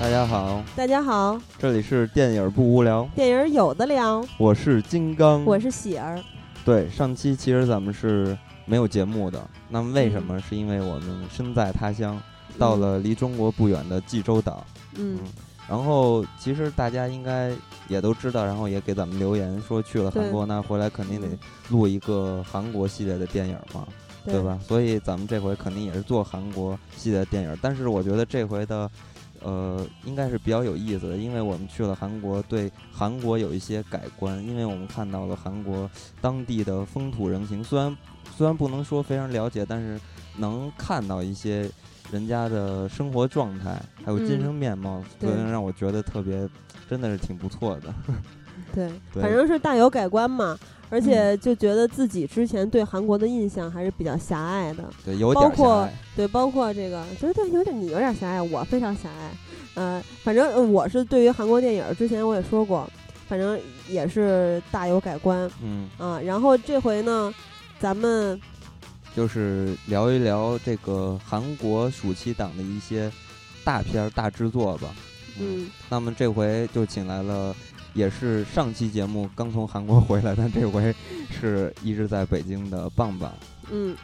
大家好，大家好，这里是电影不无聊，电影有的聊，我是金刚，我是喜儿，对上期其实咱们是没有节目的，那么为什么？是因为我们身在他乡，到了离中国不远的济州岛，嗯，嗯然后其实大家应该也都知道，然后也给咱们留言说去了韩对国，那回来肯定得录一个韩国系列的电影嘛，嗯对吧？所以咱们这回肯定也是做韩国系列电影，但是我觉得这回的，呃，应该是比较有意思的，因为我们去了韩国，对韩国有一些改观，因为我们看到了韩国当地的风土人情，虽然虽然不能说非常了解，但是能看到一些人家的生活状态，还有精嗯神面貌，所对以让我觉得特别，真的是挺不错的。对，对嗯反正是大有改观嘛，而且就觉得自己之前对韩国的印象还是比较狭隘的，对，有包点儿括狭隘。对，包括这个，就是对，有点你有点狭隘，我非常狭隘，呃，反正呃我是对于韩国电影，之前我也说过，反正也是大有改观嗯，啊、然后这回呢，咱们就是聊一聊这个韩国暑期档的一些大片儿、大制作吧。嗯，那么这回就请来了，也是上期节目刚从韩国回来，但这回是一直在北京的棒棒。嗯，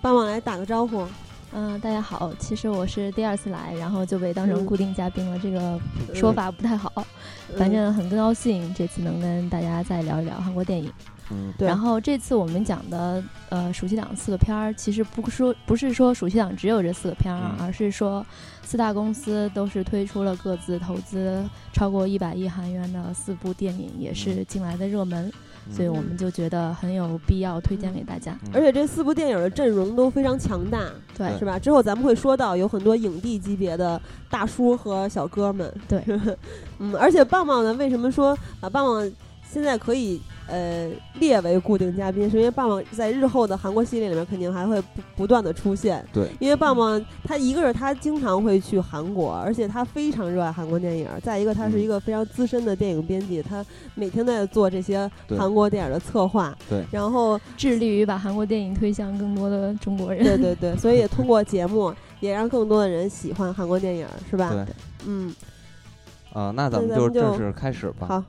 帮忙来打个招呼，嗯、大家好，其实我是第二次来，然后就被当嗯成固定嘉宾了，这个说法不太好。嗯，反正很高兴这次能跟大家再聊一聊韩国电影。嗯，对然后这次我们讲的呃暑期档四个片儿，其实不说不是说暑期档只有这四个片儿啊，嗯而是说四大公司都是推出了各自投资超过一百亿韩元的四部电影，也是近来的热门，嗯所以我们就觉得很有必要推荐给大家。嗯而且这四部电影的阵容都非常强大，对对是吧？之后咱们会说到有很多影帝级别的大叔和小哥们，对， 嗯，而且棒棒呢，为什么说啊棒棒现在可以呃列为固定嘉宾，是因为棒棒在日后的韩国系列里面肯定还会不不断的出现，对，因为棒棒他一个是他经常会去韩国，而且他非常热爱韩国电影，再一个他是嗯一个非常资深的电影编辑，他每天都在做这些对韩国电影的策划，对然后。致力于把韩国电影推向更多的中 国人。对对对，所以也通过节目，也让更多的人喜欢韩国电影，是吧？对嗯，啊，那咱们那咱就们就正式开始吧。好。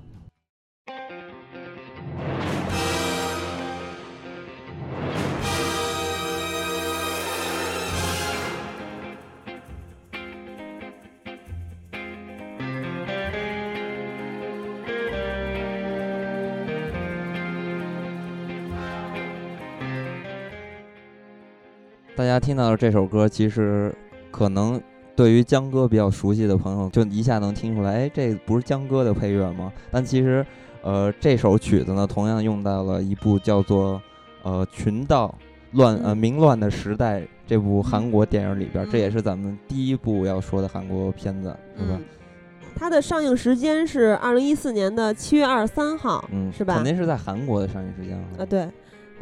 大家听到的这首歌，其实可能对于江歌比较熟悉的朋友，就一下能听出来，哎，这不是江歌的配乐吗？但其实，呃，这首曲子呢，同样用到了一部叫做呃《群盗乱呃嗯明乱的时代》这部韩国电影里边，嗯这也是咱们第一部要说的韩国片子，对吧嗯？，它的上映时间是二零一四年的七月二十三号，嗯，是吧？肯定是在韩国的上映时间啊，了。对，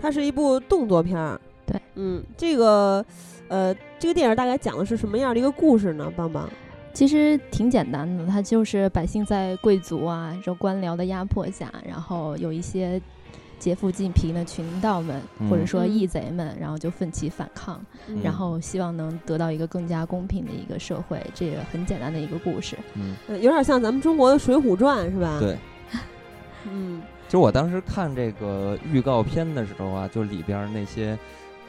它是一部动作片儿。对，嗯，这个，呃，这个电影大概讲的是什么样的一个故事呢？棒棒，其实挺简单的，它就是百姓在贵族啊这官僚的压迫下，然后有一些劫富济贫的群盗们，嗯或者说嗯义贼们，然后就奋起反抗，嗯然后希望能得到一个更加公平的一个社会，这个很简单的一个故事。嗯，呃有点像咱们中国的《水浒传》，是吧？，对。嗯，其实我当时看这个预告片的时候啊，就里边儿那些，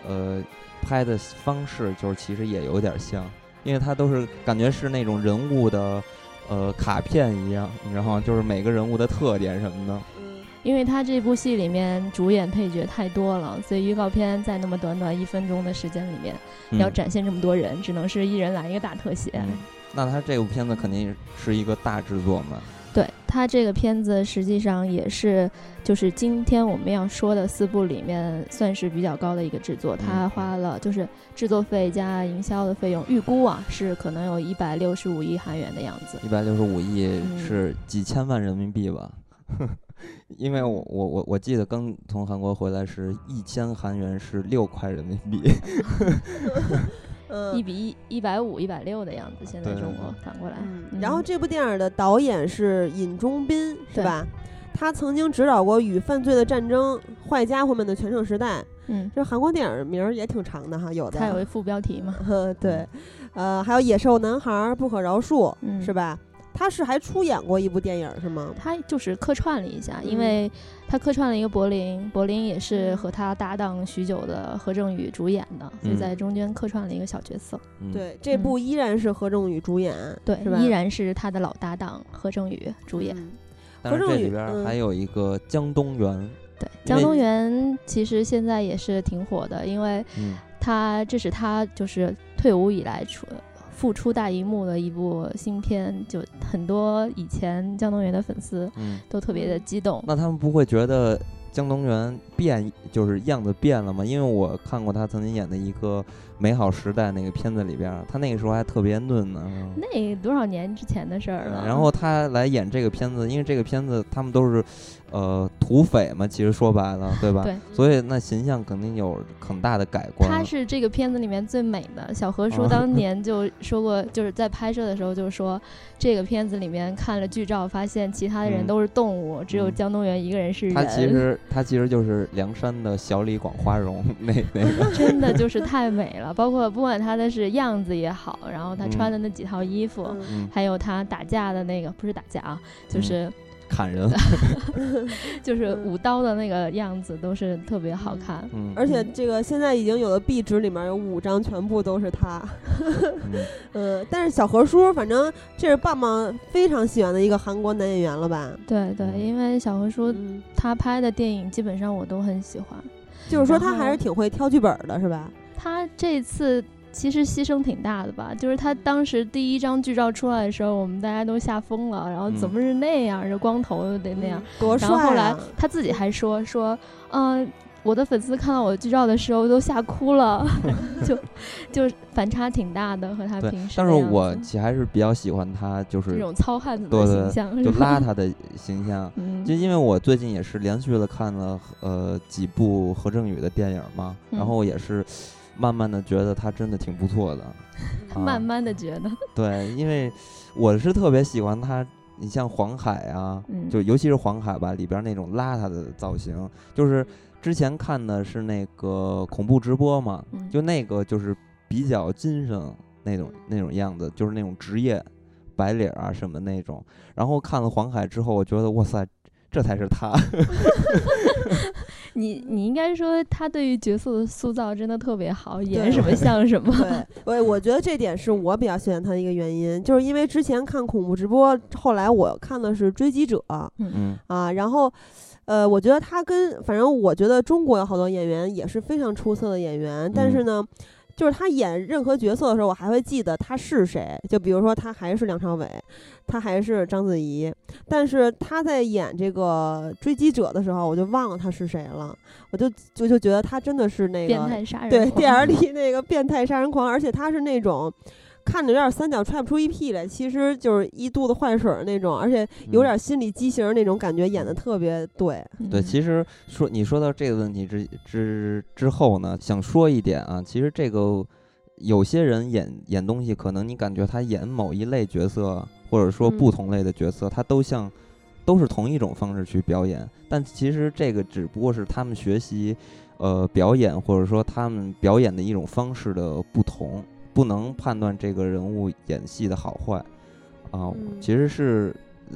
呃，拍的方式，就是其实也有点像，因为它都是感觉是那种人物的，呃，卡片一样，你知道吗？就是每个人物的特点什么的。嗯因为它这部戏里面主演配角太多了，所以预告片在那么短短一分钟的时间里面，嗯要展现这么多人，只能是一人来一个大特写。嗯那它这部片子肯定是一个大制作嘛。对它这个片子，实际上也是就是今天我们要说的四部里面算是比较高的一个制作。它嗯花了就是制作费加营销的费用，预估啊是可能有一百六十五亿韩元的样子。一百六十五亿嗯是几千万人民币吧？ 因为我我我我记得刚从韩国回来是一千韩元是六块人民币。嗯一比一一百五、一百六的样子，现在嗯对中对国对反过来。嗯，嗯然后这部电影的导演是尹钟斌，是对吧？他曾经执导过《与犯罪的战争》《坏家伙们的全盛时代》，嗯，这韩国电影名儿也挺长的哈，有的。它有一副标题嘛，呵对，呃，还有《野兽男孩》《不可饶恕》嗯，是吧？他是还出演过一部电影是吗？他就是客串了一下，嗯因为他客串了一个柏林，柏林也是和他搭档许久的何正宇主演的，就嗯嗯在中间客串了一个小角色。嗯，对，这部依然是何正宇主演，对是吧？，依然是他的老搭档何正宇主演。嗯但是何这正宇里边儿嗯还有一个江东元，对，因为江东元其实现在也是挺火的，因为嗯，他这是他就是退伍以来出复出大荧幕的一部新片，就很多以前江东元的粉丝嗯，都特别的激动。那他们不会觉得江东元变就是样子变了吗？因为我看过他曾经演的一个《美好时代》那个片子里边儿，他那个时候还特别嫩呢。是吧那多少年之前的事儿啊了？嗯然后他来演这个片子，因为这个片子他们都是，呃，土匪嘛，其实说白了，对吧？对所以那形象肯定有很大的改观。她是这个片子里面最美的。小何啊叔当 年就说过，就是在拍摄的时候就说，这个片子里面看了剧照，发现其他的人嗯都是动物，只有嗯江东元一个人是人。他其实他其实就是梁山的小李广花荣 那那 个，真的就是太美了，包括不管她的是样子也好，然后她嗯穿的那几套衣服，嗯嗯，还有她打架的那个，不是打架啊，就是、砍人， 就是嗯舞刀的那个样子，都是特别好看。嗯，而且这个现在已经有的壁纸里面有五张，全部都是他。嗯嗯，但是小何叔，反正这是棒棒非常喜欢的一个韩国男演员了吧？对对，嗯因为小何叔嗯，他拍的电影基本上我都很喜欢。就是说他然后还是挺会挑剧本的，是吧？他这次其实牺牲挺大的吧，就是他当时第一张剧照出来的时候，我们大家都吓疯了，然后嗯怎么是那样，这光头又得那样。多嗯然后后帅来啊！他自己还说说，嗯、我的粉丝看到我的剧照的时候都吓哭了， 就就反差挺大的，和他对平时。但是我其实还是比较喜欢他，就这是种糙汉子对的对形象， 就是吧邋遢的形象。嗯就因为我最近也是连续的看了呃几部何正宇的电影嘛，然嗯后也是慢慢的觉得他真的挺不错 的。啊慢慢的觉得，对，因为我是特别喜欢他，你像黄海啊，嗯就尤其是黄海吧，里边儿那种邋遢的造型，就是之前看的是那个恐怖直播嘛，嗯就那个就是比较精神那种那种样子，就是那种职业白领儿啊什么那种。然后看了黄海之后，我觉得哇塞，这才是他。 你你应该说他对于角色的塑造真的特别好，对演什么像什么。对，我我觉得这点是我比较喜欢他的一个原因，就是因为之前看恐怖直播，后来我看的是《追击者》嗯啊，然后，呃，我觉得他跟反正我觉得中国有好多演员也是非常出色的演员，但嗯是呢，就是他演任何角色的时候，我还会记得他是谁。就比如说他还是梁朝伟，他还是章子怡，但是他在演这个《追击者》的时候，我就忘了他是谁了，我就就就觉得他真的是那个变态杀人对狂电影里那个变态杀人狂，而且他是那种看着有点三脚踹不出一屁来，其实就是一肚子坏水儿那种，而且有点心理畸形儿那种感觉，演的特别对。对，嗯其实说你说到这个问题之之之后呢，想说一点啊，其实这个有些人演演东西，可能你感觉他演某一类角色，或者说嗯不同类的角色，他都像都是同一种方式去表演，但其实这个只不过是他们学习呃表演，或者说他们表演的一种方式的不同，不能判断这个人物演戏的好坏啊、嗯其实是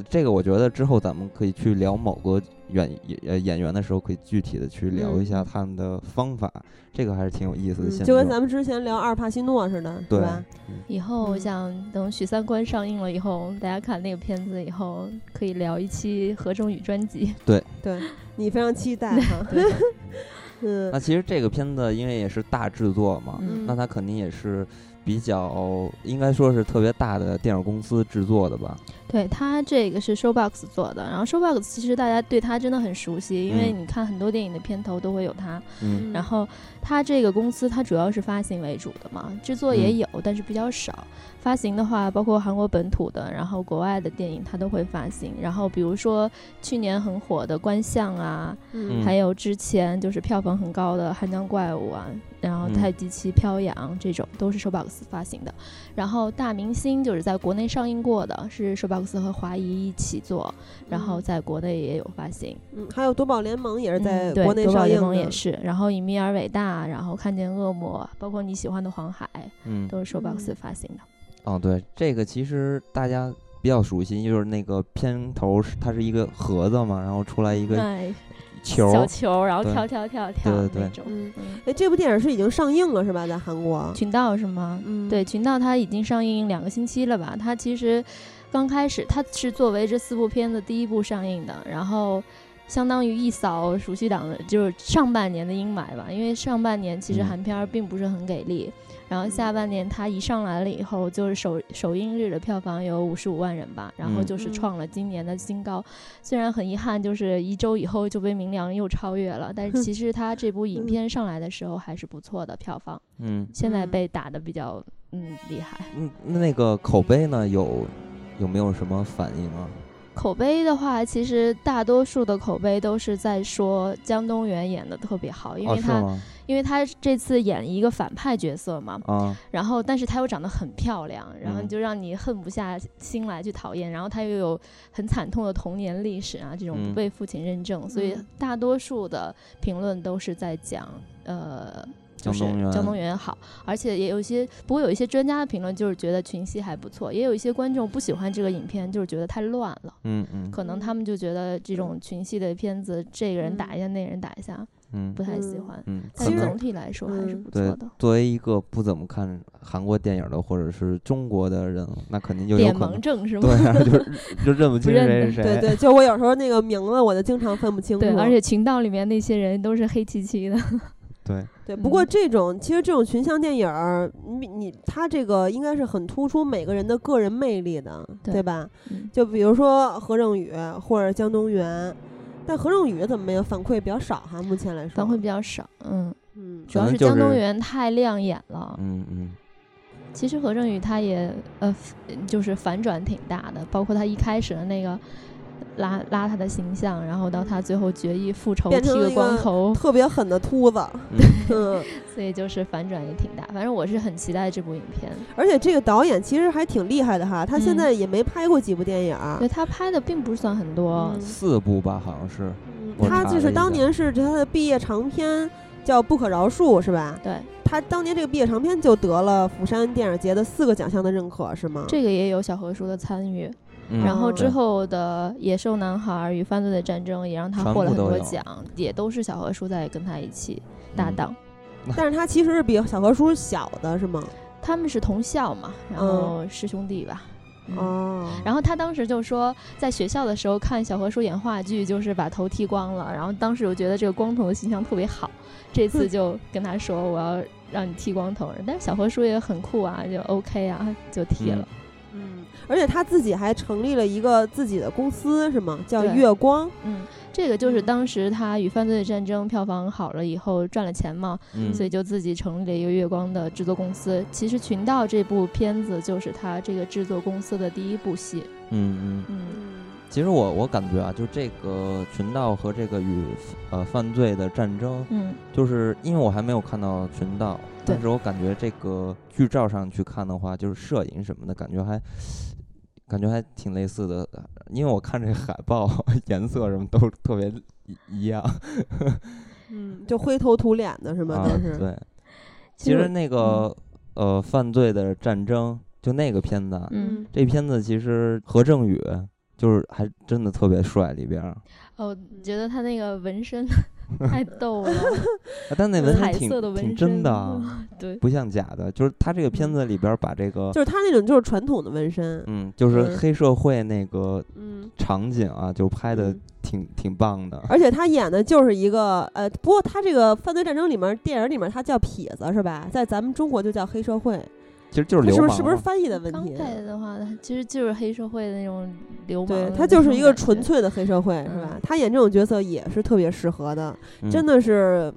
这个，我觉得之后咱们可以去聊某个演演呃演员的时候，可以具体的去聊一下嗯他们的方法，这个还是挺有意思的嗯现象。就跟咱们之前聊阿尔帕西诺似的，是对吧？以后我嗯想等《许三观》上映了以后，大家看那个片子以后，可以聊一期何正宇专辑。对，你非常期待哈。 对的嗯那其实这个片子因为也是大制作嘛，嗯哎那它肯定也是比较应该说是特别大的电影公司制作的吧？对他这个是 Showbox 做的，然后 Showbox 其实大家对他真的很熟悉，因为嗯你看很多电影的片头都会有他。嗯然后他这个公司，它主要是发行为主的嘛，制作也嗯有，但是比较少。发行的话，包括韩国本土的，然后国外的电影它都会发行。然后比如说去年很火的《观象》啊，嗯还有之前就是票房很高的《汉江怪物》啊，然后嗯太极旗飘扬这种都是 Showbox 发行的。然后大明星就是在国内上映过的，是 Showbox 和华谊一起做，然后在国内也有发行。嗯，还有夺宝联盟也是在嗯对国内夺宝上映联的，盟也是，然后以米尔伟大，然后看见恶魔，包括你喜欢的黄海，嗯，都是 Showbox 嗯发行的。哦，对，这个其实大家比较熟悉，就是那个片头是它是一个盒子嘛，然后出来一个哎，球小儿，球，然后对跳跳跳跳对对那种。嗯，嗯哎，这部电影是已经上映了是吧？在韩国，群盗是吗？嗯，对，《群盗》它已经上映两个星期了吧？它其实刚开始它是作为这四部片子第一部上映的，然后相当于一扫暑期档的，就是上半年的阴霾吧。因为上半年其实嗯韩片儿并不是很给力，然后下半年它一上来了以后，就是首首映日的票房有五十五万人吧，然后嗯就是嗯创了今年的新高。虽然很遗憾，就是一周以后就被《明良》又超越了，但是其实它这部影片上来的时候还是不错的票房。嗯现在嗯被打的比较嗯厉害。嗯，那个口碑呢有有没有什么反应啊？口碑的话，其实大多数的口碑都是在说江东元演的特别好，因哦，为是他、吗？因为他这次演一个反派角色嘛，啊，然后但是他又长得很漂亮，然后嗯就让你恨不下心来去讨厌，然后他又有很惨痛的童年历史啊，这种嗯不被父亲认证，所以嗯大多数的评论都是在讲呃。就江是东元江东元好，而且也有一些，不过有一些专家的评论就是觉得群戏还不错，也有一些观众不喜欢这个影片，就是觉得太乱了，嗯嗯可能他们就觉得这种群戏的片子，这个人打一下，那个人打一下，嗯不太喜嗯欢。嗯，但可其实能总体来说还是嗯不对错的。作为一个不怎么看韩国电影的或者是中国的人，那肯定就有脸可盲能 症是吗？ 对啊，就是就认不清认谁得是谁。对对，就我有时候那个名字我就经常分不清楚，对，而且群盗里面那些人都是黑漆 漆的。对对，不过嗯这种其实这种群像电影儿，你你它这个应该是很突出每个人的个人魅力的，对对吧？就比如说何正宇或者江东元，但何正宇怎么没有反馈比较少哈？目前来说，反馈比较少，嗯，嗯主要能是就江东是元太亮眼了。嗯嗯其实何正宇他也呃，就是反转挺大的，包括他一开始的那个拉邋遢的形象，然后到他最后决意复仇，变剃成了个一光个 头，特别狠的秃子，嗯，嗯，所以就是反转也挺大。反正我是很期待这部影片，而且这个导演其实还挺厉害的哈，他现嗯在也没拍过几部电影儿，啊对哦他拍的并不算很多，嗯四部吧，好像是。嗯我他查就了是一下当年是他的毕业长片叫《不可饶恕》，是吧？对，嗯他当年这个毕业长片就得了釜山电影节的四个奖项的认可，是吗？这个也有小何叔的参与，嗯然后对之后的《野兽男孩》与《犯罪的战争》也让他获了很多奖，也都是小何叔在跟他一起搭嗯档。但是他其实是比小何叔小的，是吗？他们是同校嘛，然后师兄弟吧。嗯哦，然后他当时就说，在学校的时候看小何叔演话剧，就是把头剃光了。然后当时我觉得这个光头的形象特别好，这次就跟他说我要让你剃光头。但是小何叔也很酷啊，就 OK 啊，就剃了。嗯，而且他自己还成立了一个自己的公司，是吗？叫对月光。嗯，这个就是嗯当时他与《犯罪的战争》票房好了以后赚了钱嘛，嗯所以就自己成立了一个月光的制作公司。其实《群盗》这部片子就是他这个制作公司的第一部戏。嗯嗯，嗯，其实我我感觉啊，就这个群盗和这个与呃犯罪的战争，嗯，就是因为我还没有看到群盗，但是我感觉这个剧照上去看的话，就是摄影什么的，感觉还感觉还挺类似的。因为我看这个海报 颜色什么都特别一一样嗯，就灰头土脸的是吗？啊都，嗯是。对。其实那个、呃，犯罪的战争就那个片子啊，嗯，这片子其实何正宇就是还真的特别帅里边儿，啊哦，觉得他那个纹 身太逗了，但那纹身彩挺色的纹挺身， 真的啊，对，不像假的。就是他这个片子里边儿把这个就是他那种就是传统的纹身，嗯，就是嗯黑社会那个嗯，场景啊，就拍的嗯挺挺棒的。而且他演的就是一个呃，不过他这个《犯罪战争》里面电影里面他叫痞子是吧？在咱们中国就叫黑社会，其实就是他流是不氓是是不是嘛翻译的问刚题？才的话，他其实就是黑社会的那种流氓对的那种感觉，他就是一个纯粹的黑社会，是吧嗯？他演这种角色也是特别适合的，嗯真的是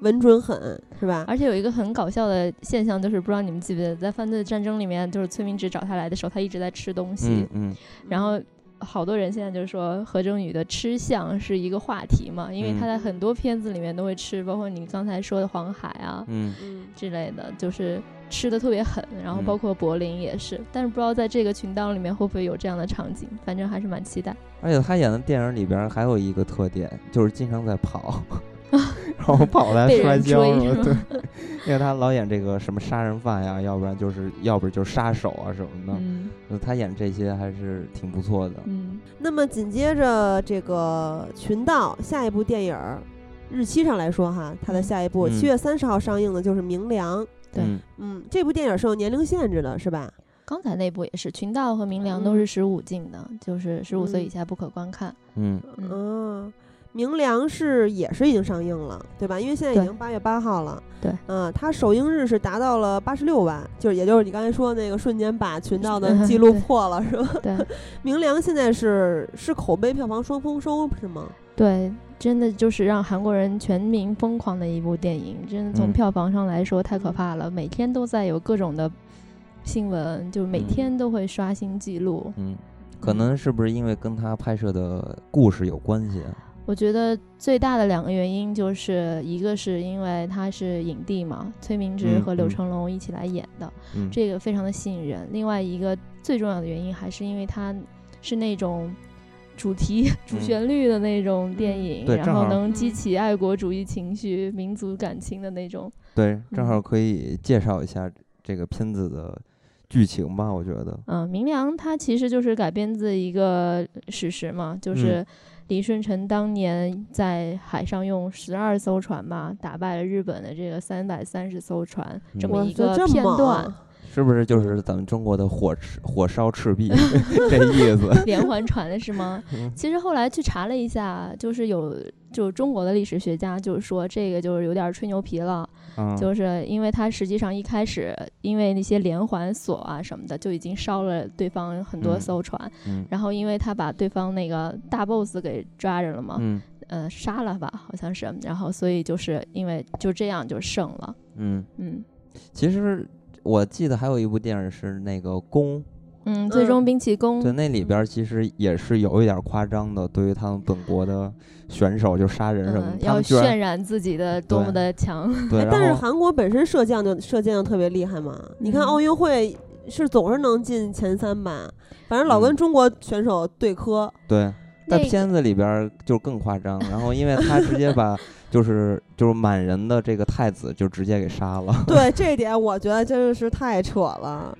稳准狠，是吧？而且有一个很搞笑的现象，就是不知道你们记不记得，在《犯罪的战争》里面，就是崔明植找他来的时候，他一直在吃东西，嗯嗯然后好多人现在就是说何正宇的吃相是一个话题嘛，因为嗯他在很多片子里面都会吃，包括你刚才说的黄海啊 嗯嗯，之类的，就是吃的特别狠。然后嗯包括柏林也是，但是不知道在这个群当里面会不会有这样的场景，反正还是蛮期待。而且他演的电影里边儿还有一个特点，就是经常在 跑，然后跑来被摔人跤追什么是对，因为他老演这个什么杀人犯呀，要不然就是要不然就是杀手啊什么的，嗯那他演这些还是挺不错的。嗯，那么紧接着这个《群盗》下一部电影儿，日期上来说哈，它的嗯下一部嗯七月三十号上映的就是《明良》。对嗯嗯，这部电影是有年龄限制的，是吧？刚才那部也是，群盗和明良都嗯是十五禁的，就是十五岁以嗯下不可 观看。嗯，嗯嗯，明良是也是已经上映了，对吧？因为现在已对经八月八号了。对嗯，它首映日是达到了八十六万，就是也就是你刚才说那个瞬间把群盗的嗯记录对破了，是吧？对明良现在是是口碑票房双丰收是吗？对，真的就是让韩国人全民疯狂的一部电影，真的从嗯票房上来说太可怕了，每天都在有各种的新闻，就是每嗯天都会刷新记录。嗯，可能是不是因为跟他拍摄的故事有关系啊？我觉得最大的两个原因就是一个是因为他是影帝嘛，崔明植嗯和柳嗯成龙一起来演的，嗯，这个非常的吸引人。另外一个最重要的原因还是因为它是那种主题、 主嗯旋律的那种电影，对然正后好能激嗯起爱国主义情绪、民族感情的那种。对，正好嗯可以介绍一下这个片子的剧情吧，我觉得。嗯，明良它其实就是改编自一个史实嘛，嗯就是李舜臣当年在海上用十二艘船吧打败了日本的这个三百三十艘船，这嗯么哇一塞个这片猛段，是不是就是咱们中国的火赤火烧赤 壁这意思？连环船 的是吗？嗯其实后来去查了一下，就是有就是中国的历史学家就是说这个就是有点儿吹牛皮了，嗯，就是因为它实际上一开始因为那些连环锁啊什么的就已经烧了对方很多嗯艘船，嗯然后因为他把对方那个大 boss 给抓着了嘛，嗯呃，杀了吧，好像是，然后所以就是因为就这样就胜了，嗯，嗯其实我记得还有一部电影是那个《宫嗯，最终嗯兵器》宫对，，那里边儿其实也是有一点儿夸张的，对于他们本国的选手就杀人什么嗯，的，他要们居渲然染自己的多么对 的强，对， 哎但是然后韩国本身射箭就射箭就特别厉害嘛，你看嗯奥运会是总是能进前三吧，反正老嗯跟中国选手对磕，对，在那个片子里边儿就更夸张，然后因为他直接把 就是就是满人的这个太子就直接给杀了，对这一点我觉得真的是太扯了。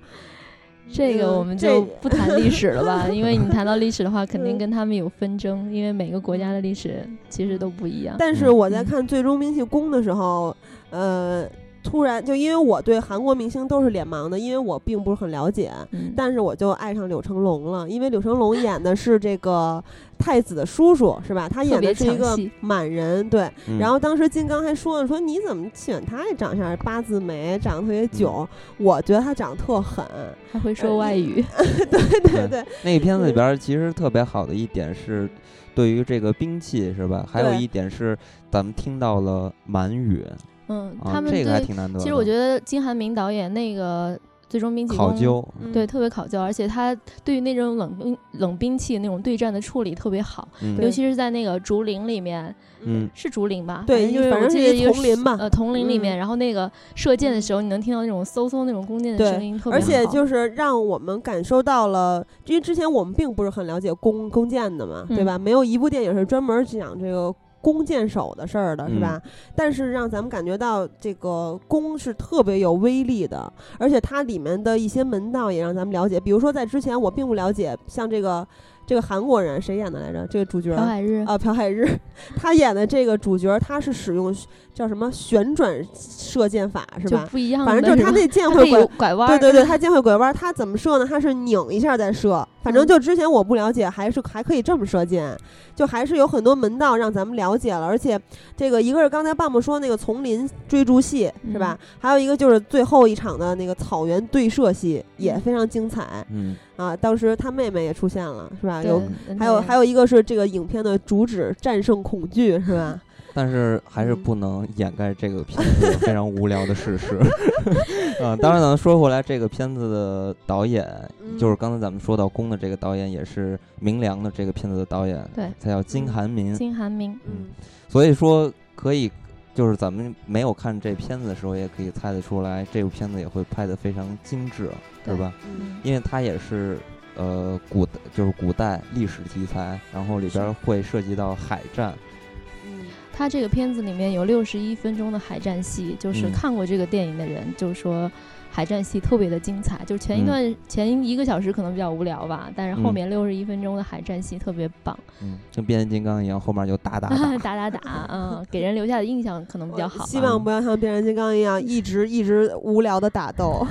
这个我嗯们这就不谈历史了 吧，因为你谈到历史的话，肯定嗯跟他们有纷争，因为每个国家的历史其实都不一样。但是嗯我在嗯看《最终兵器宫》的时候，呃，突然就因为我对韩国明星都是脸盲的，因为我并不是很了解，嗯，但是我就爱上柳成龙了，因为柳成龙演的是这个太子的叔叔，是吧？他特演的别是一抢个戏满人，对。嗯然后当时金刚还说呢，说你怎么选他这长相，八字眉，长得特别囧。嗯我觉得他长得特狠， 还会说外语，对对对对，那个嗯片子里边儿其实特别好的一点是。对于这个兵器是吧？还有对一点是，咱们听到了满语呃嗯，啊他，们这个还对，挺难得的。其实我觉得金韩明导演那个《最终兵器宫考》究，对，特别考究，而且他对于那种冷兵冷兵器那种对战的处理特别好，嗯尤其是在那个竹林里面，嗯，是竹林吧？对反正就是反我正记是得一一个丛林树吧呃，丛林里面，嗯然后那个射箭的时候，你能听到那种嗖嗖那种弓箭的对声音，特别而好。且就是让我们感受到了，因为之前我们并不是很了解弓弓箭的嘛，对嗯吧？没有一部电影是专门讲这个弓箭手的事儿的，是嗯吧？但是让咱们感觉到这个弓是特别有威力的，而且它里面的一些门道也让咱们了解。比如说在之前我并不了解，像这个这个韩国人谁演的来着？这个主角朴海日，啊，朴海日， 他演的这个主角，他是使用叫什么旋转射箭法是就吧？不一样的反是吧，正就是他那箭它会可以拐拐弯对儿，嗯对对，他箭会拐弯儿，他怎么射呢？他是拧一下再射，反正嗯就之前我不了解，还是还可以这么射箭，就还是有很多门道让咱们了解了。而且这个一个是刚才棒棒说那个丛林追逐戏是吧？嗯还有一个就是最后一场的那个草原对射戏也嗯非常精彩嗯，啊！当时他妹妹也出现了是吧？对有还有还有， 有一个是这个影片的主旨战胜恐惧是吧？但是还是嗯不能掩盖这个片子非常无聊的事实。 啊、当然呢，说回来，这个片子的导演、就是嗯刚才咱们说到宫的这个导演，也是明良的这个片子的导演，对，嗯他叫金韩民。金韩明，嗯所以说可以，就是咱们没有看这片子的时候，也可以猜得出来，这部片子也会拍得非常精致，是对吧？嗯因为它也是呃古代就是古代历史题材，然后里边儿会涉及到海战，嗯他这个片子里面有六十一分钟的海战戏，就是嗯看过这个电影的人就说。海战戏特别的精彩，就是前一段、前一个小时可能比较无聊吧，但是后嗯面六十一分钟的海战戏特别棒，嗯，跟变形金刚一样，后面就打打 打。打打打，嗯，给人留下的印象可能比较我好希吧。望不要像变形金刚一样一直一直无聊的打斗。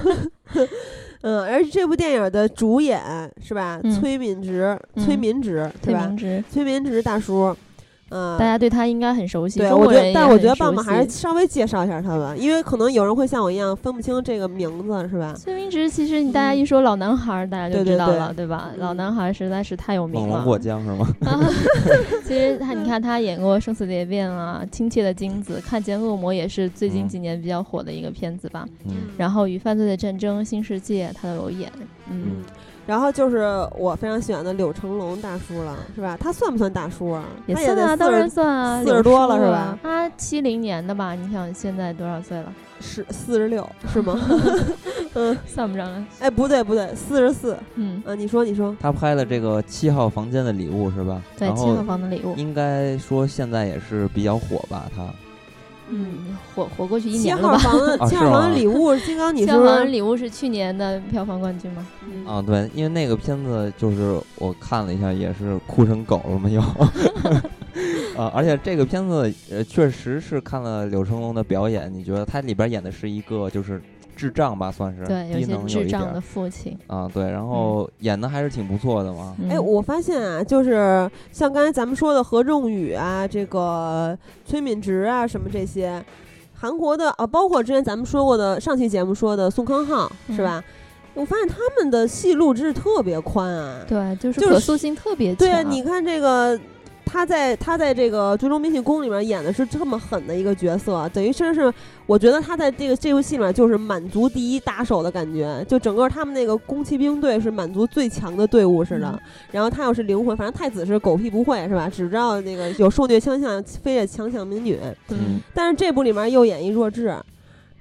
嗯，而且这部电影的主演是吧？嗯崔敏植，嗯崔敏植是崔吧嗯明？之，崔敏植大叔，嗯、大家对他应该很熟悉，对中我国觉人得，也但我觉得很熟爸爸还是悉稍微介绍一下他吧，因为可能有人会像我一样分不清这个名字是吧？崔明植，其实你大家一说老男孩儿，大家就嗯对对知道对了，对吧？嗯老男孩儿实在是太有名猛了龙。 过江是吗？啊 其实他，你看他演过《生死蝶变》啊，《亲切的金子》，《看见恶魔》也是最近嗯几年比较火的一个片子吧。嗯，然后《与犯罪的战争》《新世界》他都有演，嗯，嗯，然后就是我非常喜欢的柳成龙大叔了，是吧？他算不算大叔啊？也他也算啊，得当然四算啊， 40有多书了是啊吧？他七零年的吧？你想现在多少岁了？十四十六是 吗？算不上了，哎，不对不对，四十四嗯，啊！你说你说，他拍了这个七号房间的礼物是吧？对，然七号后房的礼物，应该说现在也是比较火吧，他嗯，嗯，火火过去一七年号 了吧？房的啊七是号房吗的礼物，金刚你七是号不房的是？礼物是去年的票房冠军吗？啊，对，因为那个片子就是我看了一下，也是哭成狗了嘛又。 啊，而且这个片子呃，确实是看了柳成龙的表演，你觉得他里边演的是一个就是智障吧，算是对，有低些能有智一点障的嗯儿父亲。啊，对，然后演的还是挺不错的嘛。嗯哎，我发现啊，就是像刚才咱们说的何仲宇啊，这个崔敏植啊，什么这些，韩国的啊，包括之前咱们说过的上期节目说的宋康昊，是嗯吧？我发现他们的戏路真是特别宽啊。对，就是就可是塑性特别强。对啊，你看这个。他在他在这个《最终兵器宫》里面演的是这么狠的一个角色，啊等于真是我觉得他在这个这部戏里面就是满族第一打手的感觉，就整个他们那个宫崎兵队是满族最强的队伍似的。嗯然后他又是灵魂，反正太子是狗屁不会是吧？只知道那个有受虐倾向，非得强抢民女。嗯嗯，但是这部里面又演一弱智，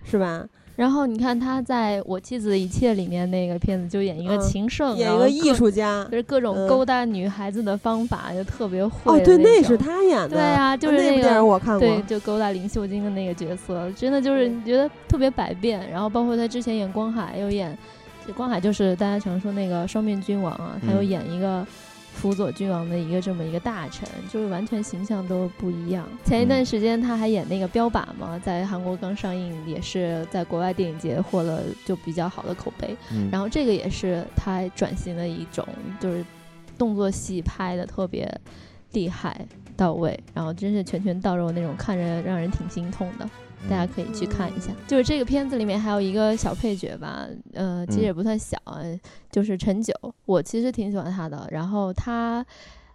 是吧？然后你看他在我妻子的一切里面那个片子，就演一个嗯情圣，演然一后个艺各，术家就。是各种嗯勾搭女孩子的方法，就特别会哦，的对，那那是种。他演的。哦对啊就是那那部个电影我看过。对，就勾搭林秀晶的那个角色，真的就是你觉得特别百变。然后包括他之前演光海，又演这光海就是大家常说那个双面君王啊，他又嗯演一个辅佐君王的一个这么一个大臣，就是完全形象都不一样。前一段嗯时间他还演那个《标靶》嘛，在韩国刚上映，也是在国外电影节获了就比较好的口碑。嗯，然后这个也是他转型的一种，就是动作戏拍的特别厉害到位，然后真是拳拳到肉那种，看着让人挺心痛的。嗯大家可以去看一下。就是这个片子里面还有一个小配角吧，呃，其实也不算小，呃就是陈九，我其实挺喜欢他的。然后他。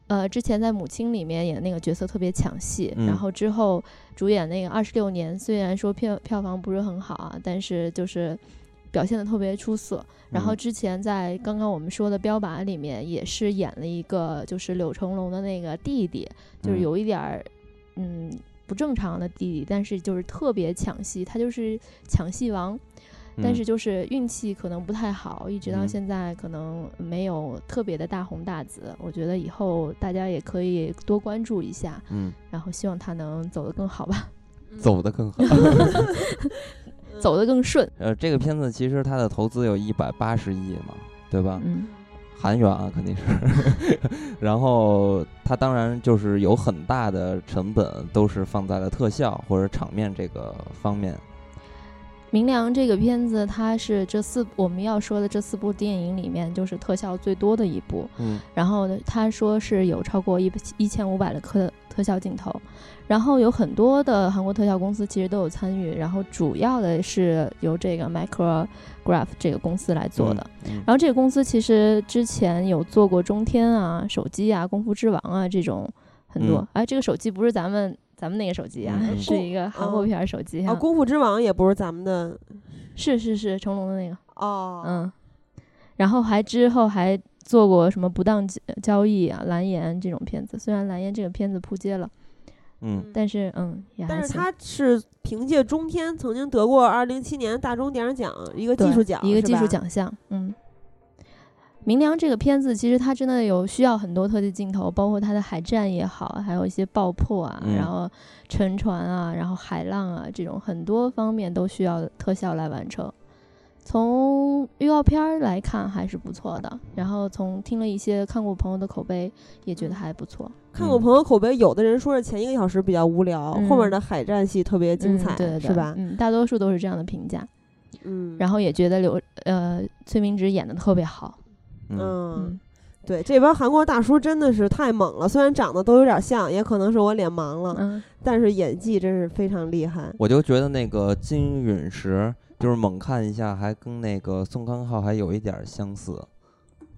呃，之前在《母亲》里面演那个角色特别抢戏，嗯然后之后主演那个《二十六年》，虽然说票票房不是很好啊，但是就是表现的特别出色。然后嗯之前在刚刚我们说的《标靶》里面也是演了一个就是柳成龙的那个弟弟，就是嗯有一点儿嗯不正常的弟弟，但是就是特别抢戏，他就是抢戏王，但嗯是就是运气可能不太好，一直到嗯现在可能没有特别的大红大紫。我觉得以后大家也可以多关注一下，嗯，然后希望他能走得更好吧， 走得更好。嗯走得更顺。 呃，这个片子其实它的投资有一百八十亿嘛，对吧？嗯韩元啊，肯定是。 然后它当然就是有很大的成本都是放在了特效或者场面这个方面。明良这个片子，它是这四我们要说的这四部电影里面，就是特效最多的一部。嗯然后呢，他说是有超过一一千五百的特特效镜头，然后有很多的韩国特效公司其实都有参与，然后主要的是由这个 Micrograph 这个公司来做的。嗯然后这个公司其实之前有做过中天啊、手机啊、功夫之王啊这种很多。嗯哎，这个手机不是咱们咱们那个手机啊，嗯 是一个韩国片儿手机啊，啊，功夫之王也不是咱们的是是是成龙的那个，哦，嗯，然后还之后还做过什么不当交交易啊、蓝颜这种片子，虽然蓝颜这个片子扑街了，嗯，但是嗯也还但是行。他是凭借《中天》曾经得过二零零七年大钟电影奖一个技对术奖，一个是技术吧，奖项。嗯，明良这个片子其实它真的有需要很多特技镜头，包括它的海战也好，还有一些爆破啊，嗯然后沉船啊，然后海浪啊这种很多方面都需要特效来完成。从预告片儿来看还是不错的，然后从听了一些看过朋友的口碑，也觉得还不错，看我朋友口碑，有的人说是前一个小时比较无聊，后面嗯的海战戏特别精嗯彩，对对对，是吧？嗯，大多数都是这样的评价，嗯，然后也觉得刘呃崔明植演的特别好，嗯嗯嗯，对，这帮韩国大叔真的是太猛了，虽然长得都有点像，也可能是我脸盲了，嗯但是演技真是非常厉害。我就觉得那个金陨石，就是猛看一下，还跟那个宋康昊还有一点儿相似，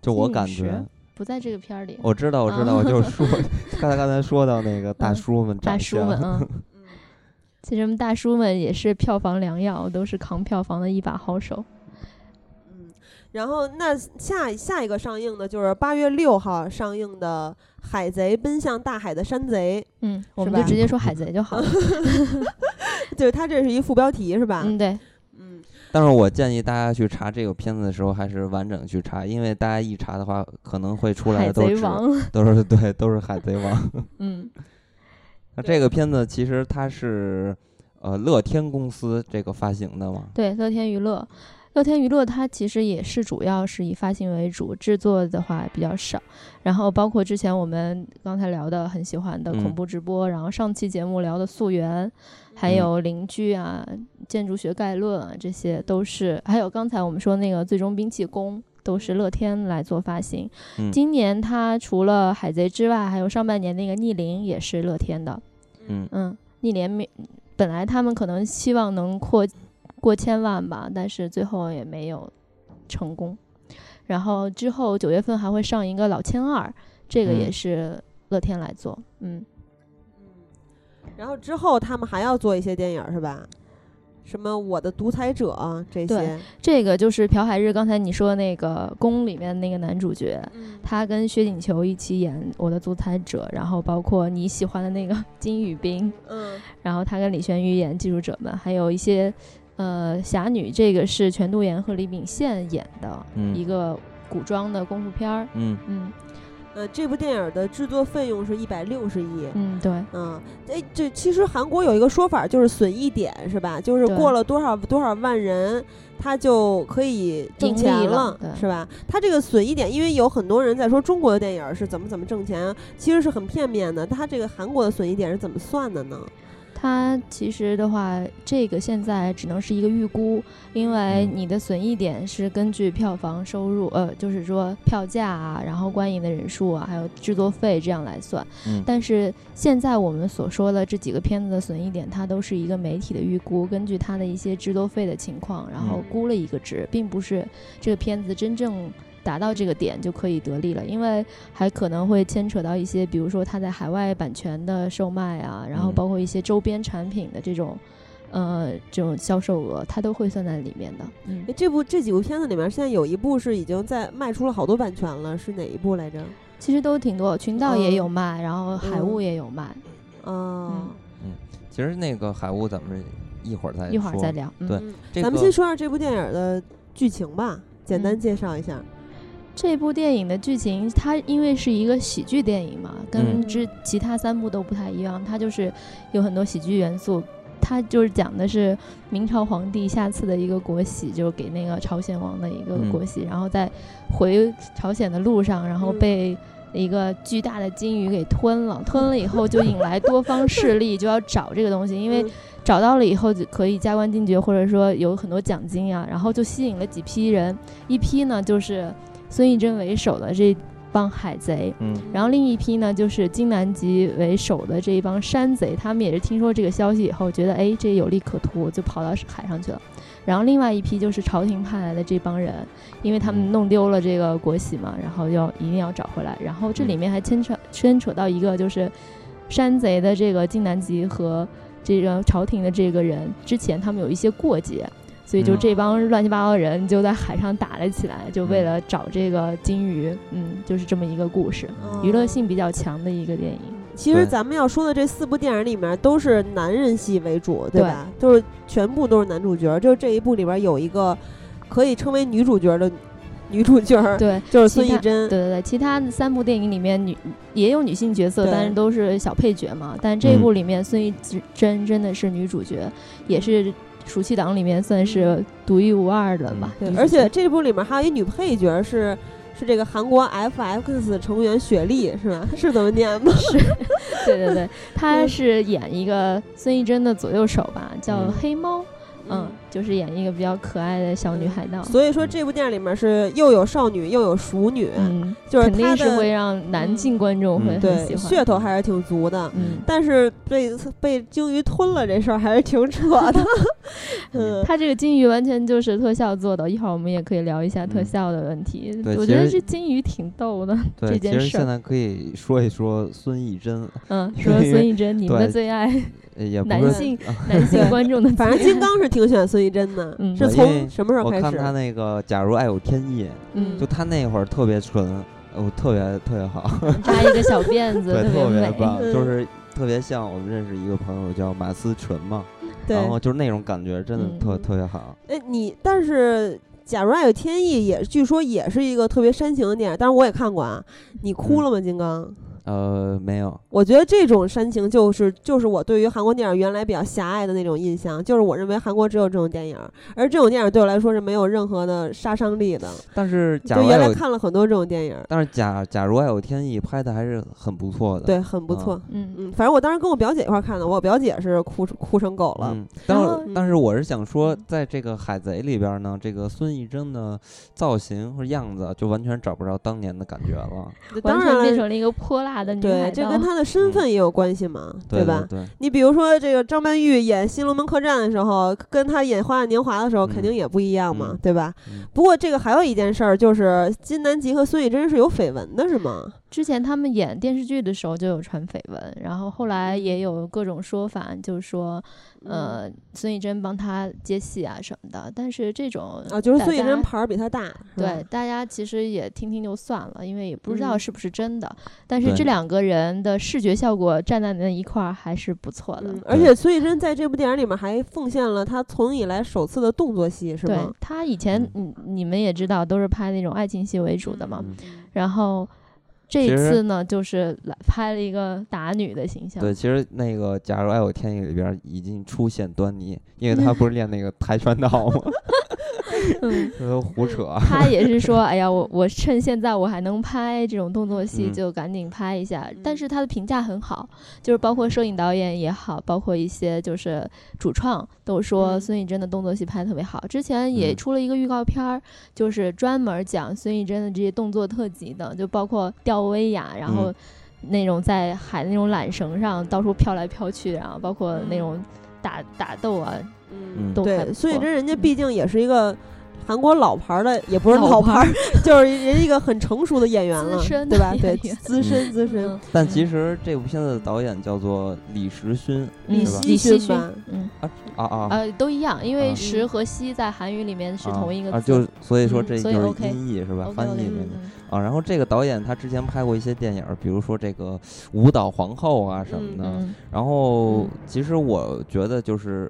就我金陨感石觉。不在这个片儿里，我知道，我知道，我就是说， 刚才刚才说到那个大嗯叔们大长叔相 们，啊，其实我们大叔们也是票房良药，都是扛票房的一把好手。嗯，然后那下下一个上映的就是八月六号上映的《海贼奔向大海的山贼嗯，我是们就吧直接说海贼 就好了。》，对，它这是一副标题是吧？嗯，对，嗯但是我建议大家去查这个片子的时候，还是完整去查，因为大家一查的话，可能会出来海的都贼是王。 都是对，都是海贼王。嗯那对这个片子其实它是呃乐天公司这个发行的嘛，对，乐天娱乐，乐天娱乐它其实也是主要是以发行为主，制作的话比较少。然后包括之前我们刚才聊的很喜欢的嗯恐怖直播，然后上期节目聊的溯源，还嗯有邻居啊、建筑学概论啊，这些都是，还有刚才我们说那个最终兵器宫。都是乐天来做发行。嗯今年它除了《海贼》之外，还有上半年那个《逆鳞》也是乐天的。嗯嗯，逆鳞没本来他们可能希望能扩过千万吧，但是最后也没有成功。然后之后九月份还会上一个《老千二》，这个也嗯是乐天来做。嗯，然后之后他们还要做一些电影儿是吧？什么我的独裁者啊这对些，这个就是朴海日刚才你说那个宫里面那个男主角，嗯他跟薛景求一起演《我的独裁者》，然后包括你喜欢的那个 金宇彬，嗯然后他跟李玄宇演技术者们，还有一些呃侠女，这个是全度妍和李秉宪演的、嗯一个古装的功夫片儿。嗯，嗯呃，这部电影儿的制作费用是一百六十亿。嗯，对，嗯，哎，这其实韩国有一个说法，就是损一点是吧？就是对过了多少多少万人，他就可以挣盈利钱了对是吧？他这个损一点，因为有很多人在说中国的电影儿是怎么怎么挣钱，其实是很片面的。他这个韩国的损一点是怎么算的呢？它其实的话，这个现在只能是一个预估，因为嗯你的损益点是根据票房收入，呃，就是说票价啊，然后观影的人数啊，还有制作费这样来算。嗯但是现在我们所说的这几个片子的损益点，它都是一个媒体的预估，根据它的一些制作费的情况，然后嗯估了一个值，并不是这个片子真正达到这个点就可以得利了，因为还可能会牵扯到一些，比如说它在海外版权的售卖啊，然后嗯包括一些周边产品的这种，呃，这种销售额，它都会算在里面的。嗯哎，，这部这几部片子里面，现在有一部是已经在卖出了好多版权了，是哪一部来着？其实都挺多，群岛也嗯有卖，然后海雾也有卖，哦，嗯其实那个海雾咱们一会儿再一会儿说再。聊。嗯对，嗯这咱个们先说下这部电影儿的剧情吧，简单嗯介绍一下。这部电影的剧情，它因为是一个喜剧电影嘛，跟嗯之其他三部都不太一样，它就是有很多喜剧元素。它就是讲的是明朝皇帝下赐的一个国玺，就是给那个朝鲜王的一个嗯国玺，然后在回朝鲜的路上，然后嗯被一个巨大的金鱼给吞了，吞了以后就引来多方势力，就要找这个东西，因为嗯找到了以后就可以加官进爵，或者说有很多奖金啊，然后就吸引了几批人，一批呢就是孙艺珍为首的这帮海贼，嗯然后另一批呢就是金南吉为首的这一帮山贼，他们也是听说这个消息以后，觉得哎这有利可图，就跑到海上去了。然后另外一批就是朝廷派来的这帮人，因为他们嗯弄丢了这个嗯国玺嘛，然后要一定要找回来。然后这里面还牵扯牵扯到一个就是山贼的这个靖难集和这个朝廷的这个人之前他们有一些过节，所以就嗯这帮乱七八糟人就在海上打了起来，就为嗯了找这个金鱼，嗯，就是这么一个故事，娱乐性比较强的一个电影。其对实咱们要说的这四部电影里面都是男人戏为主，对对吧？就是全部都是男主角，就是这一部里边有一个可以称为女主角的女主角，对，就是其孙艺他珍。对对对，其他三部电影里面女也有女性角色，对但是都是小配角嘛。但这部里面孙艺珍真的是女主角，也是暑期档里面算是独一无二的吧。嗯对女主角而且这部里面还有一女配角是。是这个韩国 FX 成员雪莉是吧？ 是怎么念吗？对 对对，她嗯是演一个孙艺珍的左右手吧，叫嗯黑猫， 嗯，就是演一个比较可爱的小女嗯海盗。所以说这部电影里面是又有少女又有熟女，嗯，就是肯她定是会的让男性观众嗯会很对喜欢。噱头还是挺足的。嗯，但是被被鲸鱼吞了这事儿还是挺扯 的。 嗯，它这个金鱼完全就是特效做的，一会儿我们也可以聊一下特嗯效的问题。对我其觉得实这金鱼挺 逗的，这对，件其实事儿现在可以说一说孙艺珍，嗯，说因为孙艺珍，你们的对最爱呃也不男是 性男性对观众的最爱，反正金刚是挺喜欢孙艺珍的， 嗯是对因从为什么时候我开看始？他那个《假如爱有天意》， 嗯就，他那会儿特别纯，呃我、特别特别好，扎一个 小辫子，对，特别别美。棒，嗯就是特别像我们认识一个朋友叫马思纯嘛，对，然后就是那种感觉，真的特、嗯特别好。哎，你但是《假如爱有天意》也据说也是一个特别煽情的电影，但是我也看过啊。你哭嗯了吗，金刚？呃，没有，我觉得这种煽情就是就是我对于韩国电影原来比较狭隘的那种印象，就是我认为韩国只有这种电影，而这种电影对我来说是没有任何的杀伤力的。但是假就如原爱来有，看了很多这种电影，但是假假如爱有天意拍的还是很不错的。对，很不嗯错。嗯，嗯，反正我当时跟我表姐一块儿看的，我表姐是哭成哭成狗了。嗯，但然后是但是我是想说，在这个《海贼》里边呢，这个孙艺珍的造型或者样子啊就完全找不着当年的感觉了。那完当全变然了，成了一个泼辣的女对海，这盗跟。她的身份也有关系嘛，嗯对吧？对，你比如说这个张曼玉演《新龙门客栈》的时候，跟她演《花样年华》的时候，嗯肯定也不一样嘛，嗯对吧？嗯不过这个还有一件事儿，就是金南吉和孙艺珍是有绯闻的，是吗？之前他们演电视剧的时候就有传绯闻，然后后来也有各种说法，就是说，呃，孙艺珍帮他接戏啊什么的。但是这种啊，就是大孙艺珍家牌儿比她大，是吧对，，大家其实也听听就算了，因为也不知道嗯是不是真的。但是这对两个人的视觉效果站在那一块儿还是不错的。嗯，而且孙艺珍在这部电影里面还奉献了她从以来首次的动作戏，是对吗？他以前，你你们也知道，都是拍那种爱情戏为主的嘛。嗯然后这一其实次呢，就是来拍了一个打女的形象。对，其实那个《假如爱有天意》里边已经出现端倪，因为 他不是练那个跆拳道吗？嗯，这 都胡扯。啊他也 是说，哎呀，我我趁现在我还能拍这种动作戏，嗯就赶紧拍一下。嗯但是他的评价很好，就是包括摄影导演也好，包括一些就是主创都说嗯孙艺珍的动作戏拍得特别好。之前也嗯出了一个预告片儿，就是专门讲孙艺珍的这些动作特技的，就包括吊威亚，然后嗯那种在海那种缆绳上到处飘来飘去，然后包括那种打打斗啊，嗯嗯都还对，不孙艺错珍人家嗯毕竟也是一个韩国老牌儿的，也不是老老牌牌儿， 就是人家一个很成熟的演员资了，深对的吧？对演员，资深资深嗯，但其实这部片子的导演叫做李时勋李嗯是吧李希希勋勋吧，嗯。啊啊啊呃，都一样，因为啊时和西在韩语里面是同一个啊，字。就所以说嗯这所就以是 OK 音译是吧？ OK，翻 OK，译那嗯个嗯啊。然后这个导演他之前拍过一些电影，比如说这个《舞蹈皇后》啊什么的。嗯然后嗯其实我觉得就是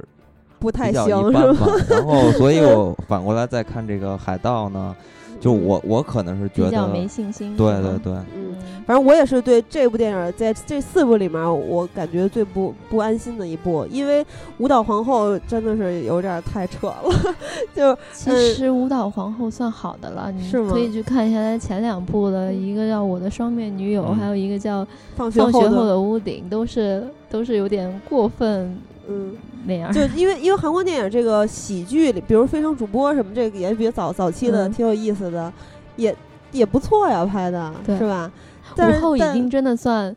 不太比行较一是般吧？吧。然后所以 我反过来再看这个《海盗》呢，就我我可能是觉嗯比较得没信心。对是对吗，对， 嗯，嗯反正我也是对这部电影在这四部里面，我感觉最不不安心的一部，因为《舞蹈皇后》真的是有点儿太扯了， 就其嗯实《舞蹈皇后》算好的了，你呃是吗可以去看一下她前两部的，一个叫《我的双面女友》，嗯还有一个叫《放学放学后后的，的屋顶》，都是都是有点过分嗯，那样。 就因为因为韩国电影这个喜剧里，比如《非诚主播》什么，这个也比较早早期的，嗯挺有意思的，也也不错呀，拍的对是吧？但午是后已但嗯经真的算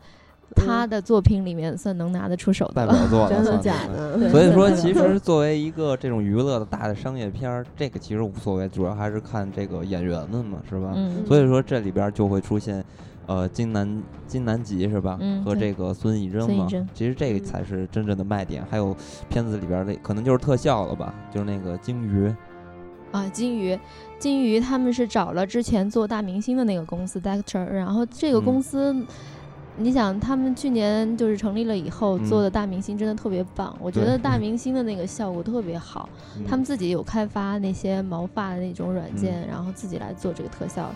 他的作品里面算能拿得出手的代了。 表作了，真的算假是的？所以对 说，对其实作为一个这种娱乐的大的商业片儿，这个其实无所谓，主要还是看这个演员们嘛，是吧？嗯，所以说这里边儿就会出现，呃，金南金南吉是吧？嗯和对这个孙艺珍孙艺嘛珍，嗯其实这个才是真正的卖点。还有片子里边儿的，可能就是特效了吧，就是那个鲸鱼，啊，金鱼，金鱼他们是找了之前做大明星的那个公司 Dexter，然后这个嗯公司，你想他们去年就是成立了以后、嗯做的大明星真的特别棒，我觉对得大明星的那个效果特 别好，嗯他们自己有开发那些毛发的那种软件，然后自己来做这个特效。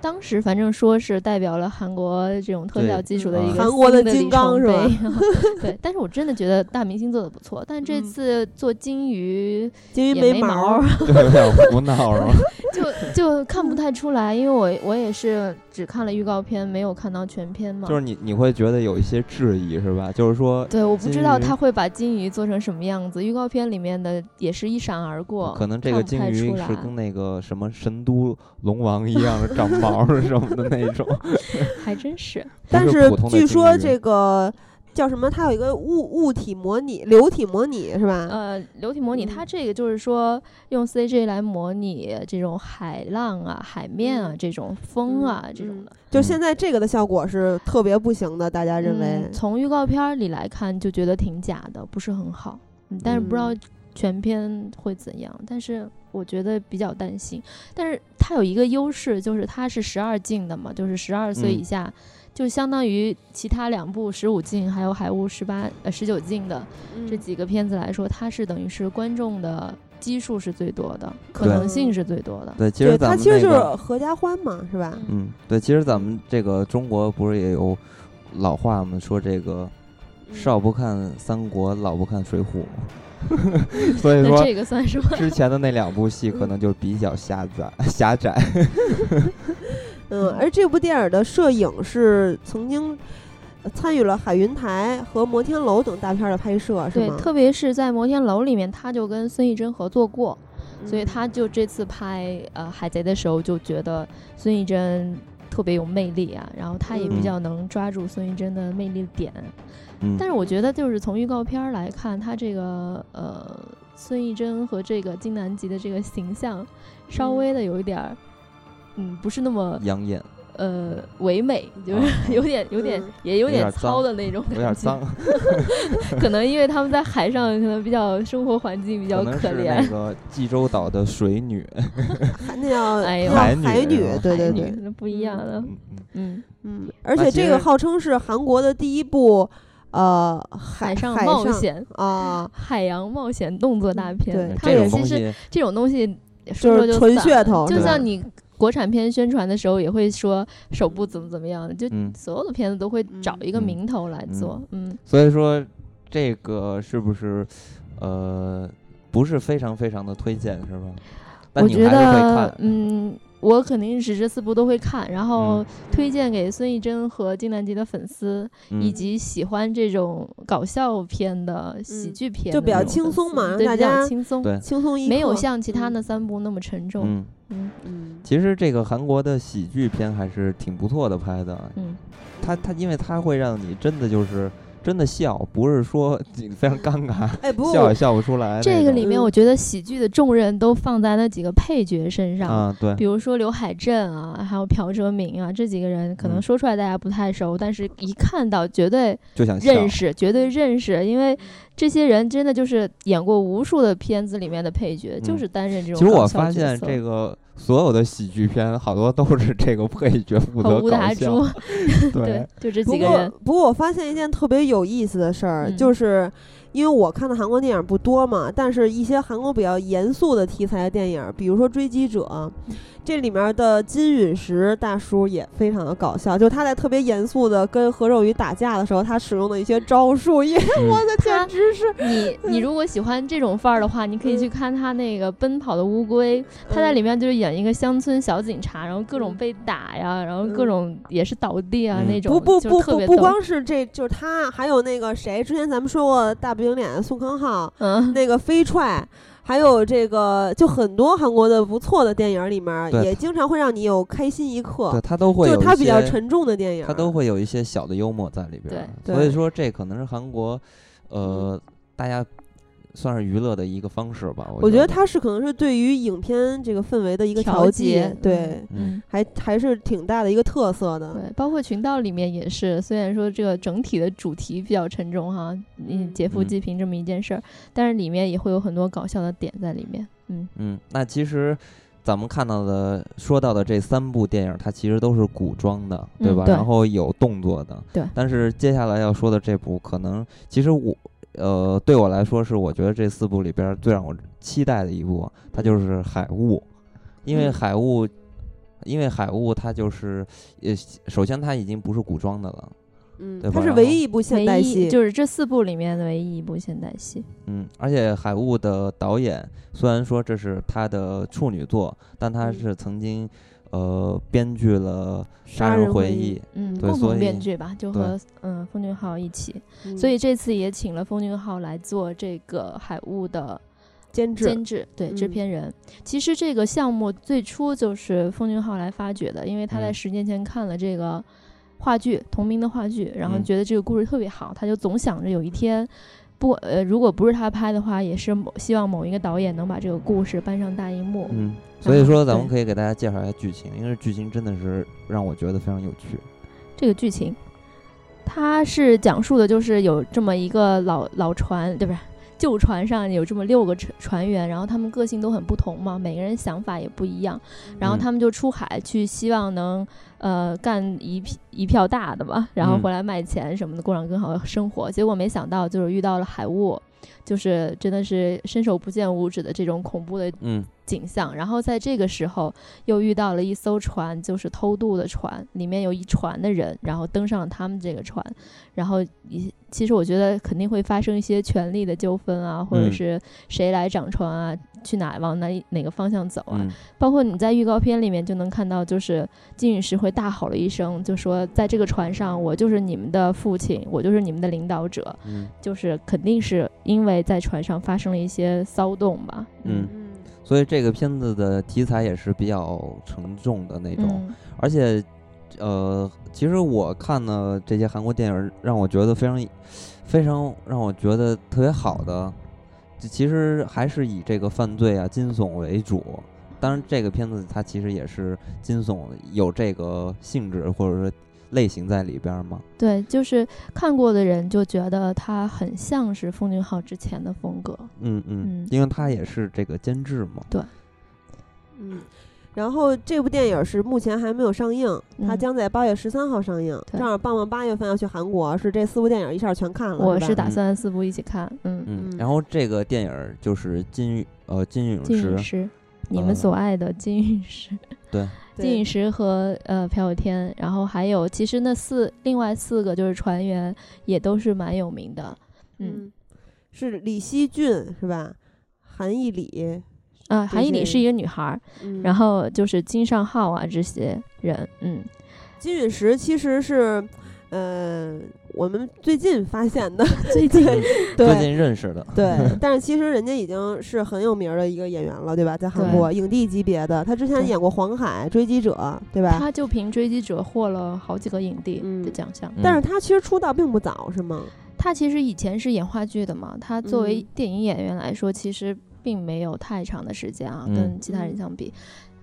当时反正说是代表了韩国这种特对效技术的嗯一个韩国的新金刚里是吧程碑？ 对，但是我真的觉得大明星做的不错，但这嗯次做金鱼金鱼也没毛毛儿，，对有点胡 闹是吧？就就看不太出来，因为我我也是只看了预告片，没有看到全片嘛。就是你你会觉得有一些质疑是吧？就是说，对，我不知道金鱼他会把金鱼做成什么样子，预告片里面的也是一闪而过，可能这个看不鲸太鱼出来是跟那个什么神都龙王一样的长毛儿什么的 那种，还真是但不是普通的据鲸说鱼这个叫什么？它有一个物物体模拟、流体模拟是吧？ 呃，流体模拟，嗯它这个就是说用 CG 来模拟这种海浪啊、海面啊、嗯这种风啊、这种的。就嗯现在这个的效果是特别不行的，大家认为嗯，从预告片里来看，就觉得挺假的，不是很好。嗯但是不知道嗯全片会怎样，但是我觉得比较担心。但是它有一个优势，就是它是十二禁的嘛，就是十二岁以嗯下，就相当于其他两部十五禁还有海雾十八呃十九禁的这嗯几个片子来说，它是等于是观众的基数是最多的，可对能性是最多的。对，其实对，咱它们其那实就是个，合家欢嘛，是吧？嗯嗯，对，其实咱们这个中国不是也有老话吗？说这个嗯少不看三国，老不看水 浒，所以那说这个嗯 算什么？之前的那两部戏可能就比较狭窄，狭窄。嗯，而这部电影的摄影是曾经呃参与了《海云台》和《摩天楼》等大片儿的拍摄，是对吗？，特别是在《摩天楼》里面，他就跟孙艺珍合作过，嗯所以他就这次拍呃《海贼》的时候，就觉得孙艺珍特别有魅力啊，然后他也比嗯较能抓住孙艺珍的魅力点。嗯但，是我觉得，就是从预告片儿来看，他这个呃孙艺珍和这个金南吉的这个形象，稍嗯微的有一点儿，嗯，不是那么养眼，呃唯美，就啊是 有点有点嗯也有嗯有点点糙脏的那种有感觉，点脏，可能因为他们在海上，可能比较生活环境比可较能可是那怜。个济州岛的水女。还那叫那哎呦叫海女海女是吧，对对海对，那不一样了。嗯嗯。嗯，嗯，而那且其这个实号称是韩国的第一部呃海海上海冒上险、啊，海洋冒险动作大对片，它这也种其东实西，这种东西说说是就纯散噱了头就是吧像你国产片宣传的时候也会说首部怎么怎么样，就嗯，所有的片子都会找一个嗯名头来做。嗯，所以说这个是不是呃不是非常非常的推荐是吧？但我你觉还是会得看，，嗯。哦我肯定是这四部都会看，然后嗯推荐给孙艺珍和金南吉的粉丝，以嗯，及喜欢这种搞笑片的、喜嗯剧片就的比较那种轻粉松丝嘛让对，大比较家轻松，对轻松一没有刻像其他嗯的三部那么沉重。嗯，嗯嗯其实这个韩国的喜剧片还是挺不错的拍的，嗯，它它因为它会让你真的就是真的笑，不是说你非常尴尬哎，不笑过也笑不出啊来那种。这个里面嗯我觉得喜剧的重任都放在那几个配角身上，啊，对比，如说刘海镇啊，还有朴哲明啊，这几个人可能嗯说出来大家不太熟，但是一看到绝对就想笑。认识，绝对认识，因为这些人真的就是演过无数的片子里面的配角，就嗯是担任这种其实我搞笑发角现色这个所有的喜剧片，好多都是这个配角负和责吴搞达笑 洙，， 对对，，就这不几个过人，不过我发现一件特别有意思的事儿，嗯就是因为我看的韩国电影不多嘛，但是一些韩国比较严肃的题材的电影，比如说《追击者》，嗯这里面的金允石大叔也非常的搞笑，就他在特别严肃的跟何炅宇打架的时候，他使用的一些招数，也嗯 我的他简直是你你如果喜欢这种范儿的话，你可以嗯去看他那个《奔跑的乌龟》，他在嗯里面就是演一个乡村小警察，然后各种被打呀，然后各种也是倒地啊嗯那种，嗯不不就不特不别不逗光是这，就是 他，还有那个谁，之前咱们说过大不顶脸的宋康昊，嗯那个飞踹，还有这个，就很多韩国的不错的电影里面儿，对也经常会让你有开心一刻对，他都会就有是一些，它比较沉重的电影儿，他都会有一些小的幽默在里边儿。对所以对说这可能是韩国，嗯呃，大家算是娱乐的一个方式吧。我我觉觉得它是可能是对于影片这个氛围的一个调调节嗯对，嗯嗯，还还是挺大的一个特色的。对，包括群岛里面也是，虽然说这个整体的主题比较沉重哈，嗯，嗯劫富嗯济贫这么一件事儿，但是里面也会有很多搞笑的点在里面。嗯，嗯，那其实咱们看到的、说到的这三部电影，它其实都是古装的，对嗯吧？对然后有动作的，对但是接下来要说的这部，可能其实我，呃，对我来说是我觉得这四部里边儿最让我期待的一部，它就是《海雾》，因为《嗯海雾》。因为《海雾》它就是，呃，首先它已经不是古装的了，嗯对，吧它是然唯后一一部现唯代一戏，就是这四部里面的唯一一部现代戏。嗯，而且《海雾》的导演虽然说这是他的处女作，但他嗯是曾经呃编剧了《杀杀人人回回忆忆》，嗯，对共所同编以剧吧，就对和嗯奉俊昊一起，嗯所以这次也请了奉俊昊来做这个海雾的监制监制，对嗯制片人。其实这个项目最初就是奉俊昊来发掘的，因为他在嗯十年前看了这个话剧同名的话剧，然后嗯觉得这个故事特别好，他就总想着有一天。不，呃，如果不是他拍的话，也是某希望某一个导演能把这个故事搬上大荧幕。嗯，所以说咱们对可以给大家介绍一下剧情，因为剧情真的是让我觉得非常有趣。这个剧情，它是讲述的就是有这么一个老老船，对不是旧船上有这么六个船船员，然后他们个性都很不同嘛，每个人想法也不一样，然后嗯他们就出海去，希望能呃干一匹一票大的嘛，然后嗯回来卖钱什么的，过上更好的生活。结果没想到就是遇到了海雾。就是真的是伸手不见五指的这种恐怖的嗯景象，然后在这个时候又遇到了一艘船，就是偷渡的船，里面有一船的人，然后登上了他们这个船，然后一其实我觉得肯定会发生一些权力的纠纷啊，或者嗯是谁来掌船啊，去哪往哪哪个方向走啊，嗯包括你在预告片里面就能看到，就是金宇石会大吼了一声，就说在这个船上，我就是你们的父亲，我就是你们的领导者，嗯，就是肯定是因为在船上发生了一些骚动吧，嗯嗯所以这个片子的题材也是比较沉重的那种，嗯而且呃，其实我看了这些韩国电影儿，让我觉得非常非常让我觉得特别好的，就其实还是以这个犯罪啊、惊悚为主。当然，这个片子它其实也是惊悚有这个性质或者说类型在里边儿嘛。对，就是看过的人就觉得他很像是奉俊昊之前的风格。嗯嗯嗯，因为它也是这个监制嘛。嗯。然后这部电影是目前还没有上映，它嗯将在八月十三号上映。对正好棒棒八月份要去韩国，是这四部电影一下全看了。我吧是打嗯算四部一起看，嗯，嗯，嗯然后这个电影儿就是金宇呃金允金石陨，石，你呃们所爱的金陨石。对，对金陨石和呃朴有天，然后还有其实那四另外四个就是船员也都是蛮有名的，嗯嗯，是李熙俊是吧？韩义礼，啊，就韩一礼是是一个女孩儿，嗯然后就是金尚浩啊这些人，嗯，金陨石其实是，呃，我们最近发现的， 最近最对 近认识的。对，但是其实人家已经是很有名儿的一个演员了，对吧？在韩对国影帝级别的，他之前对演过《黄海》《追击者》，对吧？他就凭《追击者》获了好几个影帝的嗯奖项。但是他其实出道并不早，是吗？他其实以前是演话剧的嘛，他作为嗯电影演员来说，其实并没有太长的时间啊，嗯跟其他人相比。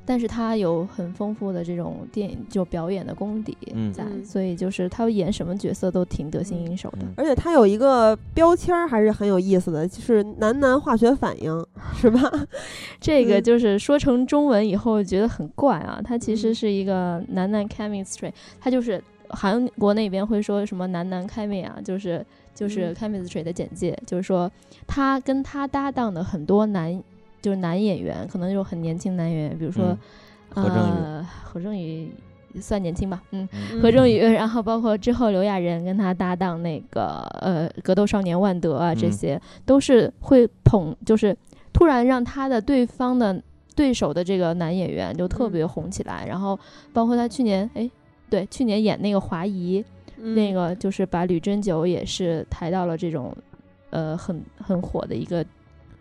但是他有很丰富的这种电影就表演的功底嗯在，嗯所以就是他演什么角色都挺得心应手的。嗯而且他有一个标签儿还是很有意思的，就是男男化学反应，是吧？ 这个嗯就是说成中文以后觉得很怪啊，它其实嗯是一个男男 chemistry，它就是韩国那边会说什么男男 chemi 啊，就是就是嗯 chemistry 的简介，就是说他跟他搭档的很多男就是男演员，可能就是很年轻男演员，比如说、嗯何正宇呃何正宇算年轻吧，嗯，嗯何正宇， 然后包括之后刘亚仁跟他搭档那个呃格斗少年万德啊，这嗯些、都是会捧，就是突然让他的对方的对手的这个男演员就特嗯别红起来，然后包括他去年哎。对，去年演那个华谊，那嗯个就是把吕珍九也是抬到了这种，呃，很很火的一个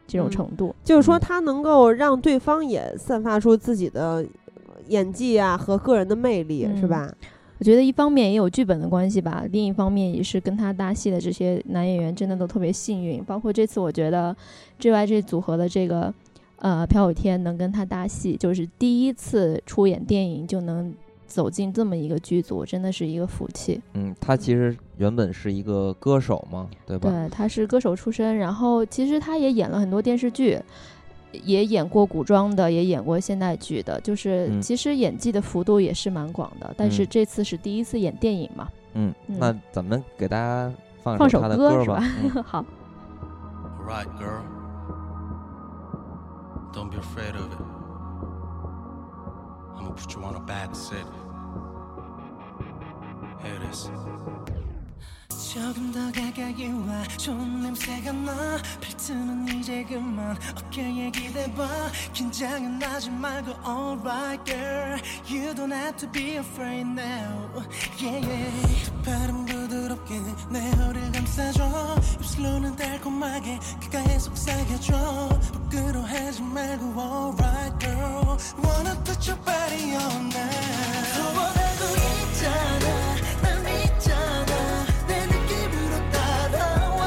这种嗯程度。就是说他能够让对方也散发出自己的演技啊和个人的魅力，是嗯吧？我觉得一方面也有剧本的关系吧，另一方面也是跟他搭戏的这些男演员真的都特别幸运。包括这次，我觉得 JYG 组合的这个呃朴有天能跟他搭戏，就是第一次出演电影就能走进这么一个剧组，真的是一个福气。嗯，他其实原本是一个歌手嘛，对吧？对，他是歌手出身，然后其实他也演了很多电视剧，也演过古装的，也演过现代剧的，就是嗯其实演技的幅度也是蛮广的。但是嗯这次是第一次演电影嘛， 嗯，嗯那咱们给大家放放首首他的歌歌是吧嗯好。 All right, girl. Don't be afraid of it. I'm gonna put you on a back seat. Here it is. 조금 더 가까이 와 좋은 냄새가 나 필트는 이제 그만 어깨에 기대봐 긴장은 하지 말고 alright girl You don't have to be afraid now yeah yeah 발은 부드럽게 내 허리를 감싸줘 입술로는 달콤하게 귓가에 속삭여줘 부끄러워하지 말고 alright girl Wanna touch your body all night 소원하고 있잖아 난 있잖아 내 느낌으로 따라와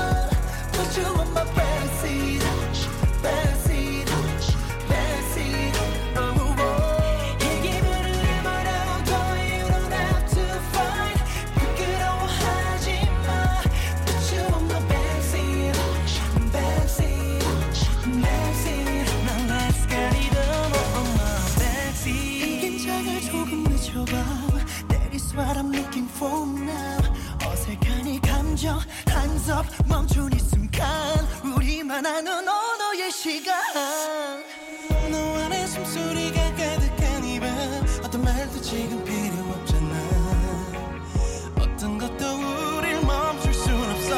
Put you on my back seat back seat back seat oh, oh. 이 기분을 말아도 you don't have to fight 부끄러워하지 마 Put you on my back seat back seat back seat Now let's get it on on my back seat 이 긴장을 조금 늦춰봐 That is what I'm looking for now 어색한 이 감정 한섭 멈춘 이 순간 우리만 아는 언어의 시간 너와 내 숨소리가 가득한 이밤 어떤 말도 지금 필요 없잖아 어떤 것도 우릴 멈출 순 없어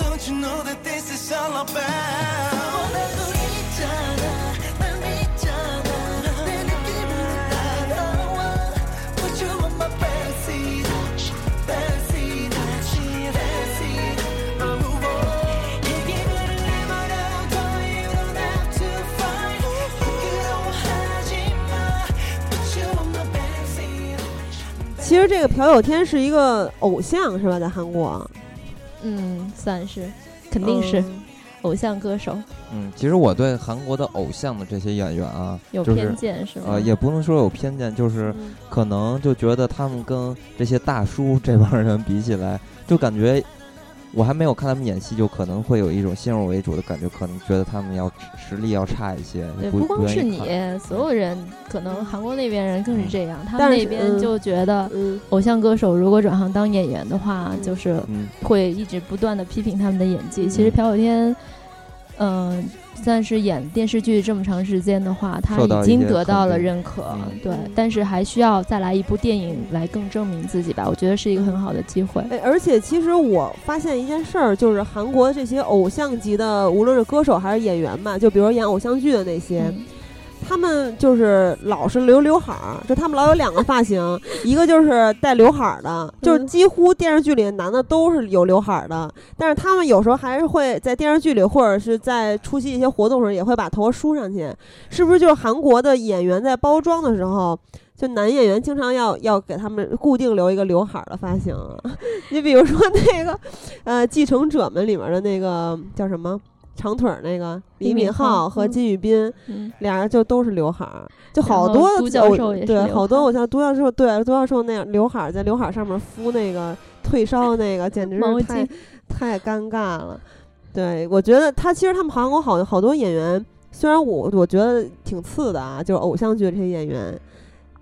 Don't you know that this is all about 원하고 있잖아 난 있잖아 내 느낌으로 따라와 Put you on my back seat back seat back seat oh, oh. 이 기분을 말아도 you don't have to fight 부끄러워하지 마 Put you on my back seat 其实这个朴有天是一个偶像，是吧？在韩国，嗯，算是，肯定是嗯偶像歌手，嗯，其实我对韩国的偶像的这些演员啊，有就是偏见是吗？呃，也不能说有偏见，就是嗯可能就觉得他们跟这些大叔这帮人比起来，就感觉我还没有看他们演戏，就可能会有一种先入为主的感觉，可能觉得他们要实力要差一些，对，不不光愿是意你看，所有人，可能韩国那边人更是这样，他们但是那边嗯就觉得嗯，偶像歌手如果转行当演员的话，嗯就是嗯会一直不断的批评他们的演技。其实嗯朴有天，嗯、算是演电视剧这么长时间的话，他受到已一经些得肯到了定认可，嗯对嗯，但是还需要再来一部电影来更证明自己吧。我觉得是一个很好的机会。哎，而且其实我发现一件事儿，就是韩国这些偶像级的，无论是歌手还是演员吧，就比如演偶像剧的那些，嗯他们就是老是留刘海儿，就他们老有两个发 型，一个就是带刘海儿的，就是几乎电视剧里的男的都是有刘海儿的，但是他们有时候还是会在电视剧里或者是在出席一些活动时，也会把头发梳上去，是不是？就是韩国的演员在包装的时候。就男演员经常要要给他们固定留一个刘海儿的发型啊， 你比如说那个，呃，《继承者们》里面的那个叫什么长腿儿那个李李敏敏镐镐和嗯金宇彬，嗯，俩人就都是刘海儿，就然好后多都教偶授也是对，刘好多海儿我像都教授对都教授那样刘海儿在刘海儿上面敷那个退 烧那个，简直毛是太巾太尴尬了。对，我觉得他其实他们韩国好好多演员，虽然我我觉得挺次的啊，就是偶像剧这些演员，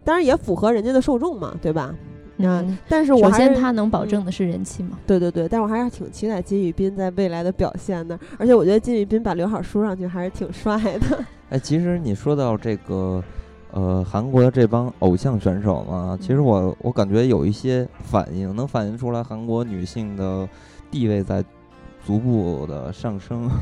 当然也符合人家的受众嘛，对吧？啊嗯，但是我首还先是他能保嗯证的是人气嘛？对对对，但我还是挺期待金宇彬在未来的表现的，而且我觉得金宇彬把刘海儿梳上去还是挺帅的。哎，其实你说到这个，呃，韩国的这帮偶像选手嘛，其实我我感觉有一些反应，能反映出来韩国女性的地位在逐步的上升。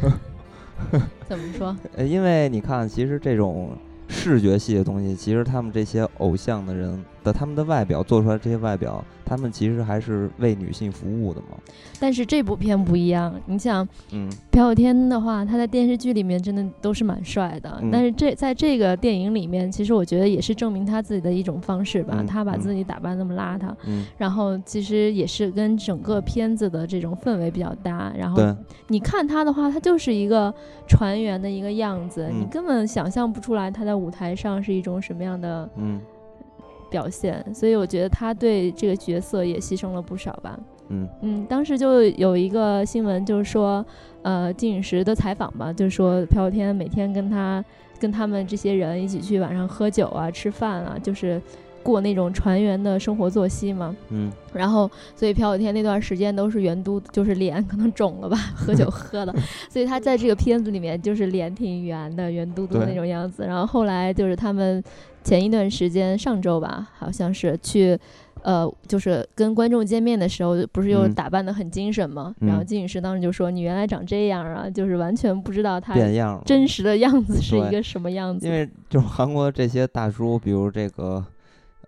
哎怎么说？呃，因为你看，其实这种视觉系的东西，其实他们这些偶像的人的他们的外表做出来这些外表，他们其实还是为女性服务的嘛。但是这部片不一样，你想嗯，朴有天的话，他在电视剧里面真的都是蛮帅的，嗯但是这在这个电影里面，其实我觉得也是证明他自己的一种方式吧。嗯他把嗯自己打扮那么邋遢，嗯，然后其实也是跟整个片子的这种氛围比较搭。然后对，你看他的话，他就是一个船员的一个样子，嗯你根本想象不出来他在舞台上是一种什么样的嗯表现。所以我觉得他对这个角色也牺牲了不少吧。嗯嗯，当时就有一个新闻，就是说，呃，金宇石的采访吧，就是说朴有天每天跟他跟他们这些人一起去晚上喝酒啊、吃饭啊，就是过那种船员的生活作息嘛。嗯然后，所以朴有天那段时间都是圆嘟，就是脸可能肿了吧，喝 酒喝的，所以他在这个片子里面就是脸挺圆的，圆嘟嘟的对那种样子。然后后来就是他们前一段时间，上周吧，好像是去。呃，就是跟观众见面的时候，不是又嗯打扮的很精神嘛？嗯然后金女士当时就说：“你原来长这样啊，就是完全不知道她变样了。真实的样子是一对个什么样子。”因为就是韩国这些大叔，比如这个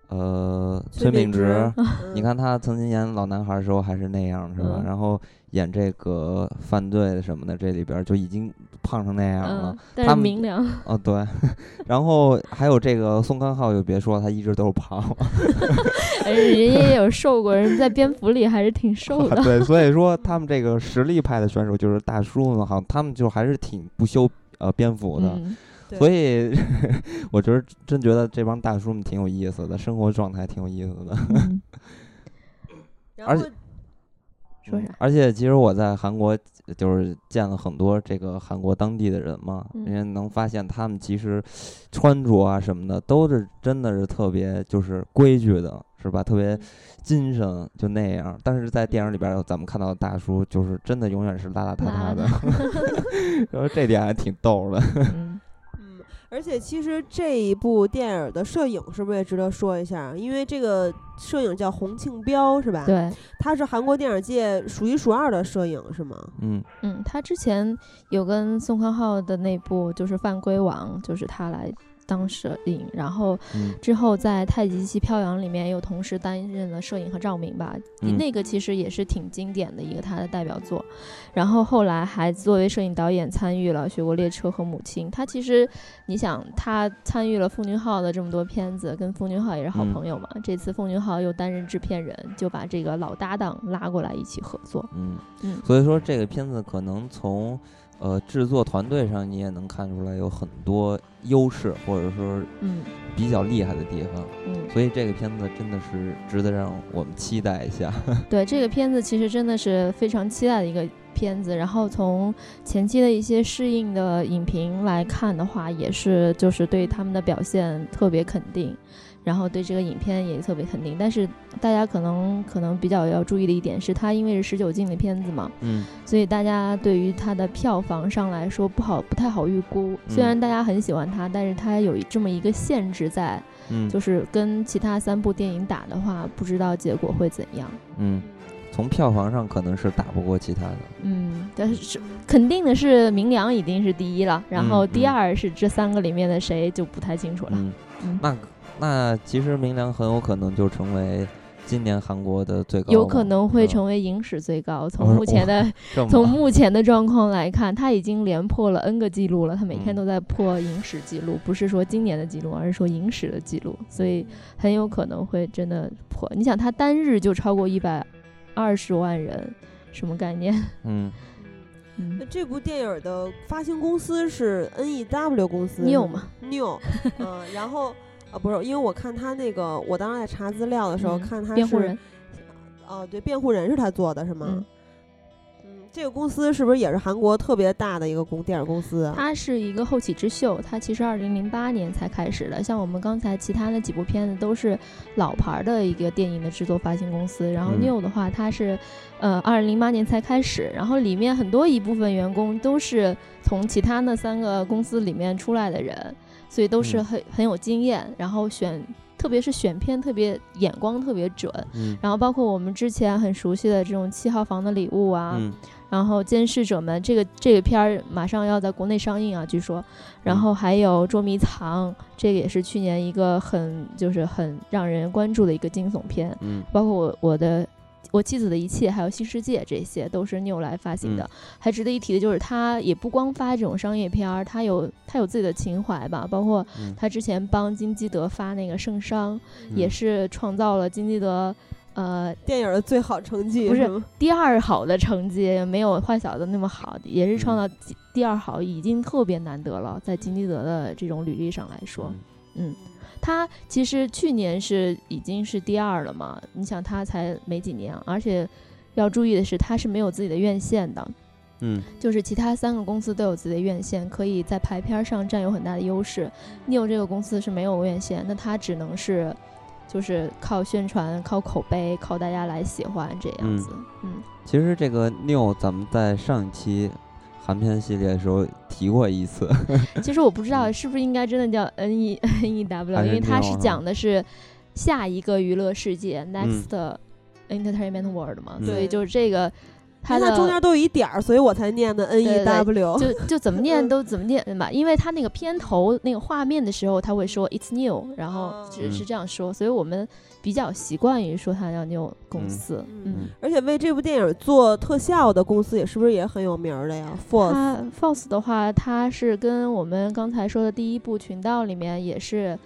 呃 崔崔敏敏植， 嗯你看他曾经演《老男孩》的时候还是那样，是吧？嗯然后演这个犯罪的什么的，这里边就已经胖成那样了嗯。，他但是啊们明良，哦，对， 然后还有这个宋康昊就别说了，他一直都是胖，而且哎人家也有瘦过，人家在蝙蝠里还是挺 瘦的。对，所以说他们这个实力派的选手就是大叔们，好像他们就还是挺不修呃边幅的。嗯，对所以， 我觉得真觉得这帮大叔们挺有意思的，生活状态挺有意思的。 嗯然而后且说嗯啥而且其实我在韩国就是见了很多这个韩国当地的人嘛，嗯人家能发现他们其实穿着啊什么的都是真的是特别就是规矩的，是吧？特嗯别精神就那样。但是在电影里边儿咱们看到的大叔就是真的永远是邋邋遢遢的， 然 后这点还挺逗的。嗯嗯，而且其实这一部电影的摄影是不是也值得说一下？啊因为这个摄影叫洪庆彪是吧？，对，他是韩国电影界数一数二的摄影是吗？嗯嗯，他之前有跟宋康昊的那部就是《犯规王》，就是他来当摄影，然后嗯之后在《太极旗飘扬》里面又同时担任了摄影和照明吧，嗯那个其实也是挺经典的一个他的代表作。然后后来还作为摄影导演参与了《雪国列车》和《母亲》，他其实你想他参与了奉俊昊的这么多片子，跟奉俊昊也是好嗯朋友嘛，这次奉俊昊又担任制片人，就把这个老搭档拉过来一起合作，嗯嗯。所以说这个片子可能从呃制作团队上你也能看出来有很多优势，或者说嗯比较厉害的地方。嗯，所以这个片子真的是值得让我们期待一下。对这个片子其实真的是非常期待的一个片子。然后从前期的一些适应的影评来看的话，也是就是对他们的表现特别肯定，然后对这个影片也特别肯定。但是大家可能可能比较要注意的一点是，它因为是十九禁的片子嘛， 嗯所以大家对于它的票房上来说不好不太好预估。虽然大家很喜欢它，但是它有这么一个限制在，嗯就是跟其他三部电影打的话，不知道结果会怎样。嗯，从票房上可能是打不过其他的。嗯，但是是肯定的是明良一定是第一了，然后嗯第嗯二是这三个里面的谁就不太清楚了。嗯嗯，那那其实明良很有可能就成为今年韩国的最高，有可能会嗯成为影史最高。哦从目前的这么 从目前的状况来看，他已经连破了 N 个记录了。他每嗯天都在破影史记录，不是说今年的记录，而是说影史的记录，所以很有可能会真的破。你想，他单日就超过一百二十万人，什么概念？嗯嗯那，这部电影的发行公司是 N E W 公司 你有吗？ ？New，嗯、然后啊不是，因为我看他那个，我当时在查资料的时候、嗯看他是辩护人。哦、对，辩护人是他做的是吗？嗯嗯这个公司是不是也是韩国特别大的一个公电影公司啊？它是一个后起之秀，它其实二零零八年才开始的。像我们刚才其他的几部片子都是老牌儿的一个电影的制作发行公司，然后嗯 New 的话，它是呃二零零八年才开始，然后里面很多一部分员工都是从其他那三个公司里面出来的人，所以都是嗯很、很有经验，然后选。特特别是选片特别眼光特别准。嗯然后包括我们之前很熟悉的这种七号房的礼物啊，嗯然后《监视者们》这个这个片儿马上要在国内上映啊，据说。然嗯后还有《捉迷藏》，这个也是去年一个很就是很让人关注的一个惊悚片。嗯包括我我的我妻子的一切，还有新世界，这些都是 New 来发行的。嗯还值得一提的就是，他也不光发这种商业片儿，他有他有自己的情怀吧，包括嗯他之前帮金基德发那个《圣殇》，嗯也是创造了金基德。呃，电影的最好成绩不是吗第二好的成绩没有坏小的那么好，也是创造第第二好，已经特别难得了，在金基德的这种履历上来说。嗯他其实去年是已经是第二了嘛，你想他才没几年啊，而且要注意的是，他是没有自己的院线的，嗯就是其他三个公司都有自己的院线，可以在排片上占有很大的优势。New 这个公司是没有院线，那他只能是就是靠宣传、靠口碑、靠大家来喜欢这样子。嗯，其实这个 new 咱们在上一期韩片系列的时候提过一次， 其实我不知道是不是应该真的叫 N E N E W，嗯还是因为它是 Neo 讲的是下一个娱乐世界 Next 嗯 Entertainment World 嘛，嗯所以就是这个它因为的它中间都有一点儿，所以我才念的 N 对 E 对 W。 就就怎么念嗯都怎么念吧，因为它那个片头那个画面的时候，他会说 It's new，然后哦只嗯是这样说，所以我们比较习惯于说它叫 new 公司，嗯。嗯而且为这部电影做特效的公司也是不是也很有名儿的呀？Force 它 Force 的话，它是跟我们刚才说的第一部《群盗》里面也是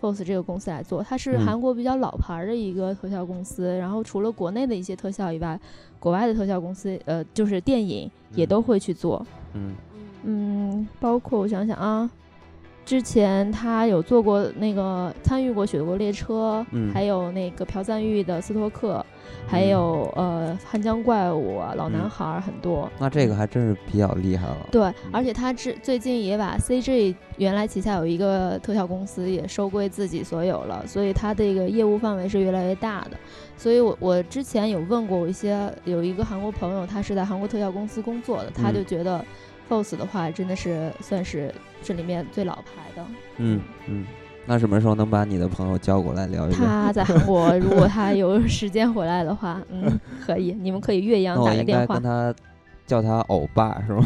Force 这个公司来做，它是嗯韩国比较老牌儿的一个特效公司。然后除了国内的一些特效以外，国外的特效公司，呃，就是电影也嗯都会去做。嗯嗯，包括我想想啊，之前他有做过那个参与过《雪国列车》嗯还有那个朴赞玉的《斯托克》，还有呃《汉江怪物》啊、老男嗯孩儿很多。那这个还真是比较厉害了。对，而且他之最近也把 CG 原来旗下有一个特效公司也收归自己所有了，所以他这个业务范围是越来越大的。所以我我之前有问过我一些有一个韩国朋友，他是在韩国特效公司工作的，他嗯就觉得 FOSS 的话真的是算是这里面最老牌的。嗯嗯，那什么时候能把你的朋友叫过来聊一聊？他在韩国，如果他有时间回来的话， 嗯，可以，你们可以岳那阳我打个应电该话跟，他叫他欧巴是吗？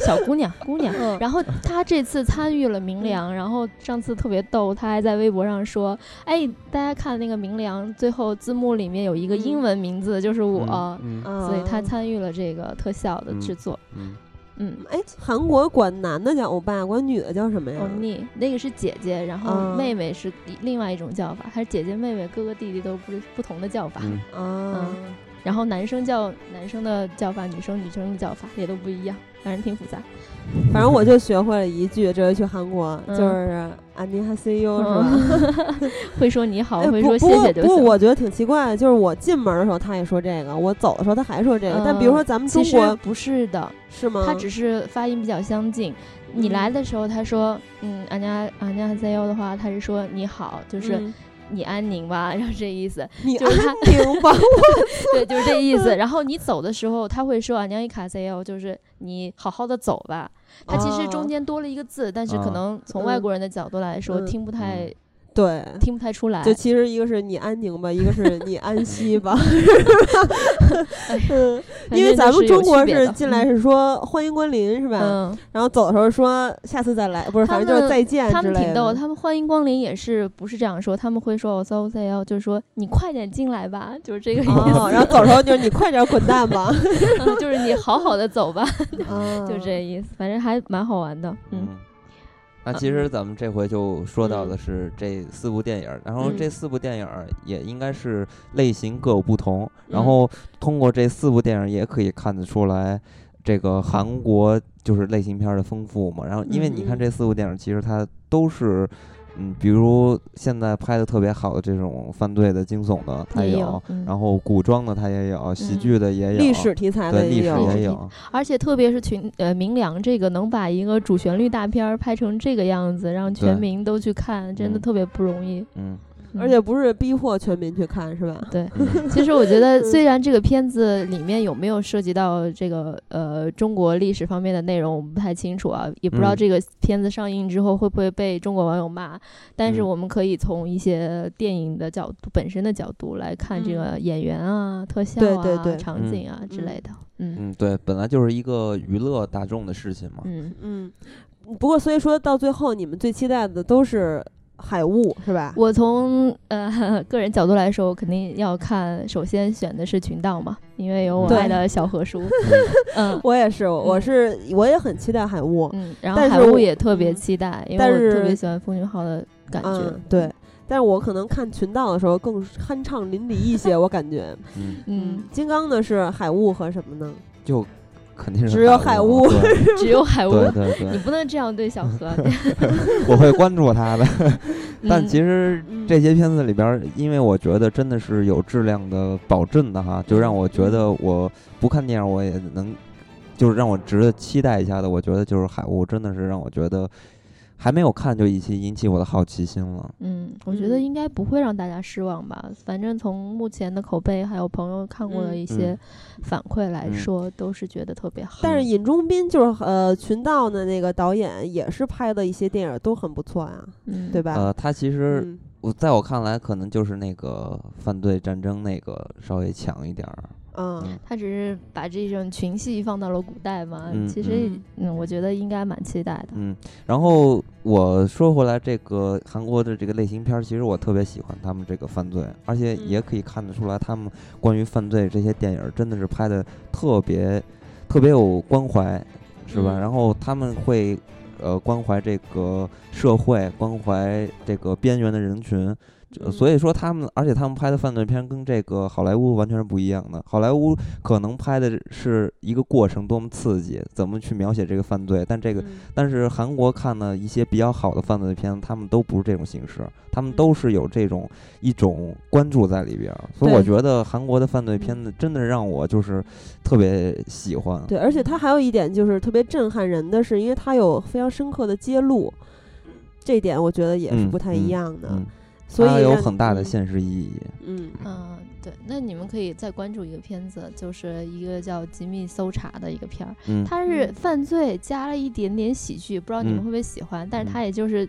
小姑娘，姑娘。嗯，然后他这次参与了明良，然后上次特别逗，他还在微博上说：“哎，大家看那个明良，最后字幕里面有一个嗯英文名字，就是我。嗯嗯后所以他参与了这个特效的制作。嗯嗯，哎，韩国管男的叫欧巴，管女的叫什么呀欧尼那个是姐姐，然后嗯妹妹是另外一种叫法，她是姐姐、妹妹、哥哥、弟弟都不是不同的叫法。嗯啊，然后男生叫男生的叫法，女生女生的叫法也都不一样，反正挺复杂。反正我就学会了一句，这回去韩国嗯就是啊，你哈 C U 是吧？ 嗯，会说你好，哎会不说谢谢就不过不行。过我觉得挺奇怪的，就是我进门的时候他也说这个，我走的时候他还说这个。但比如说咱们嗯其中实国不是的，是吗？他只是发音比较相近。你嗯来的时候，他说，嗯，安家安家 C O 的话，他是说你好，就是嗯你安宁吧，然后这意思， 你就是他，明白对，就是这意 思。然后你走的时候，他会说安家一卡 C O，就是你好好的走吧。他其实中间多了一个字，但是可哦能从嗯外国人的角度来说，哦嗯听不太 对。听不太出来。就其实一个是你安宁吧，一个是你安息吧，哎嗯 反因为正咱就们有中国区别是的进来，是说欢迎光临是吧？嗯，嗯然后走的时候说下次再来，不是，他反正就是们再见他之们类挺逗，的。他们欢迎光临也是不是这样说，他们会说我 so C L，就是说你快点进来吧，就是这个意思。哦，然后走的时候就是你快点滚蛋 吧， 嗯就是你好好的走吧，啊 就这意思，反正还蛮好玩的。嗯，嗯。那其实咱们这回就说到的是这四部电影儿，然后嗯这四部电影儿也应该是类型各有不同，然嗯后通过这四部电影儿也可以看得出来，这个韩国就是类型片儿的丰富嘛。然后因为你看嗯这四部电影儿，其实它都是，嗯，比如现在拍的特别好的这种犯罪的、惊悚的，它也有，有嗯然后古装的它也有，喜嗯剧的也有，历史题材的哎对历也史有，也有有，而且特别是群呃明良这个能把一个主旋律大片儿拍成这个样子，让全对民都去看，真的嗯特别不容易。嗯，而且不是逼迫全民去看，是吧？对， 其实我觉嗯得，虽然这个片子里面有没有涉及到这个呃中国历史方面的内容，我们不太清楚啊，也不知道嗯这个片子上映之后会不会被中国网友骂。但是嗯我们可以从一些电影的角度、本身的角度来看这个演员啊、特效对啊、嗯对对场景啊之类的。嗯嗯，对，本来就是一个娱乐大众的事情嘛。嗯，嗯，不过所以说到最后，你们最期待的都是海雾，是吧？我从呃 个人角度来说，我肯定要看，首先选的是群岛嘛，因为有我对爱的小何叔。 嗯我也是，我嗯是我也很期待海雾，嗯，然后但海是雾我也特别嗯期待，因但为我特是别喜欢奉俊昊的感觉嗯。，对。但是我可能看群岛的时候更酣畅淋漓 一些，我感觉。嗯，嗯，，金刚呢是海雾和什么呢？就肯定是只有海雾雾啊。 对只有海雾，对对你对，不能这样对小何。我会关注他的。 但其实实嗯这些片子里边儿，因为我觉得真的是有质量的保证的哈，就让我觉得我不看电影我也能，就是让我值得期待一下的。我觉得就是《海雾》，真的是让我觉得还没有看就已经引起我的好奇心了。嗯，我觉得嗯应该不会让大家失望吧。反正从目前的口碑还有朋友看过的嗯一些反馈来嗯说，都是觉得特别好。但是尹中斌就是呃群岛的那个导演，也是拍的一些电影都很不错啊，嗯，对吧？呃，他其实嗯我在我看来，可能就是那个犯罪战争那个稍微强一点儿。嗯嗯他只是把这种群戏放到了古代嘛，嗯其实嗯嗯，我觉得应该蛮期待的。嗯，然后我说回来，这个韩国的这个类型片儿，其实我特别喜欢他们这个犯罪，而且也嗯可以看得出来，他们关于犯罪这些电影儿真的是拍的特别特别有关怀，是吧？嗯然后他们会呃关怀这个社会，关怀这个边缘的人群。呃嗯所以说他们，而且他们拍的犯罪片跟这个好莱坞完全是不一样的。好莱坞可能拍的是一个过程多么刺激，怎么去描写这个犯罪，但这个嗯但是韩国看了一些比较好的犯罪片，他们都不是这种形式，他们都是有这种一种关注在里边儿，所以我对觉得韩国的犯罪片子真的让我就是特别喜欢。对，而且他还有一点就是特别震撼人的是，因为他有非常深刻的揭露，这一点我觉得也是嗯不太嗯一样的，嗯，所以它有让很大的嗯现实意义。嗯嗯，对，那你们可以再关注一个片子，就是一个叫《机密搜查》的一个片儿，嗯，它是嗯犯罪加了一点点喜剧，不知道你们嗯会不会喜欢，但是它嗯也就是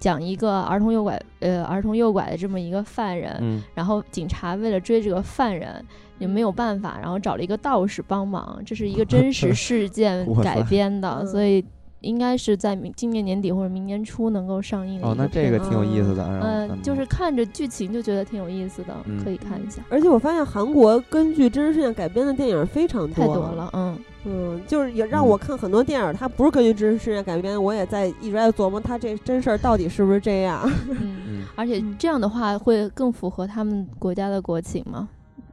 讲一个儿童诱拐，呃，儿童诱拐的这么一个犯人，嗯然后警察为了追这个犯人也没有嗯办法，然后找了一个道士帮忙，这是一 个真实事件哇改塞编的，嗯所以应该是在明今年年底或者明年初能够上映的哦一，那这片个子挺有意思的，啊让我嗯，看就是看看着剧情就觉得挺有意思的，嗯可以看一下，而且我发现韩国根据真实事件改编的电影非常太多，多了，嗯 嗯，就是也让嗯我看很多电影，它不是根据真实事件改编，我也在一直在琢磨它这真事儿到底是不是这样。 嗯，嗯而且嗯这样的话会更符合他们国家的国情嘛，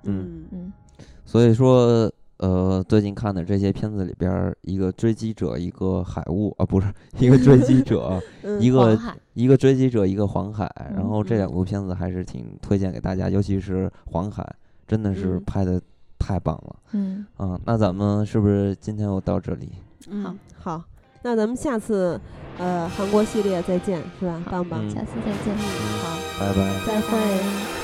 嗯，嗯所以说。呃，最近看的这些片子里边儿，一个追击者，一个海雾啊，不是一个追击者，嗯，一个黄海，一个追击者，一个黄海，然嗯后这嗯两部片子还是挺推荐给大家，尤其是黄海，真的是嗯拍的太棒了嗯，啊、那咱们是不是今天就到这里？嗯，好，那咱们下次呃韩国系列再见，是吧？好棒棒，嗯下次再见，嗯，好，拜拜。再会。拜拜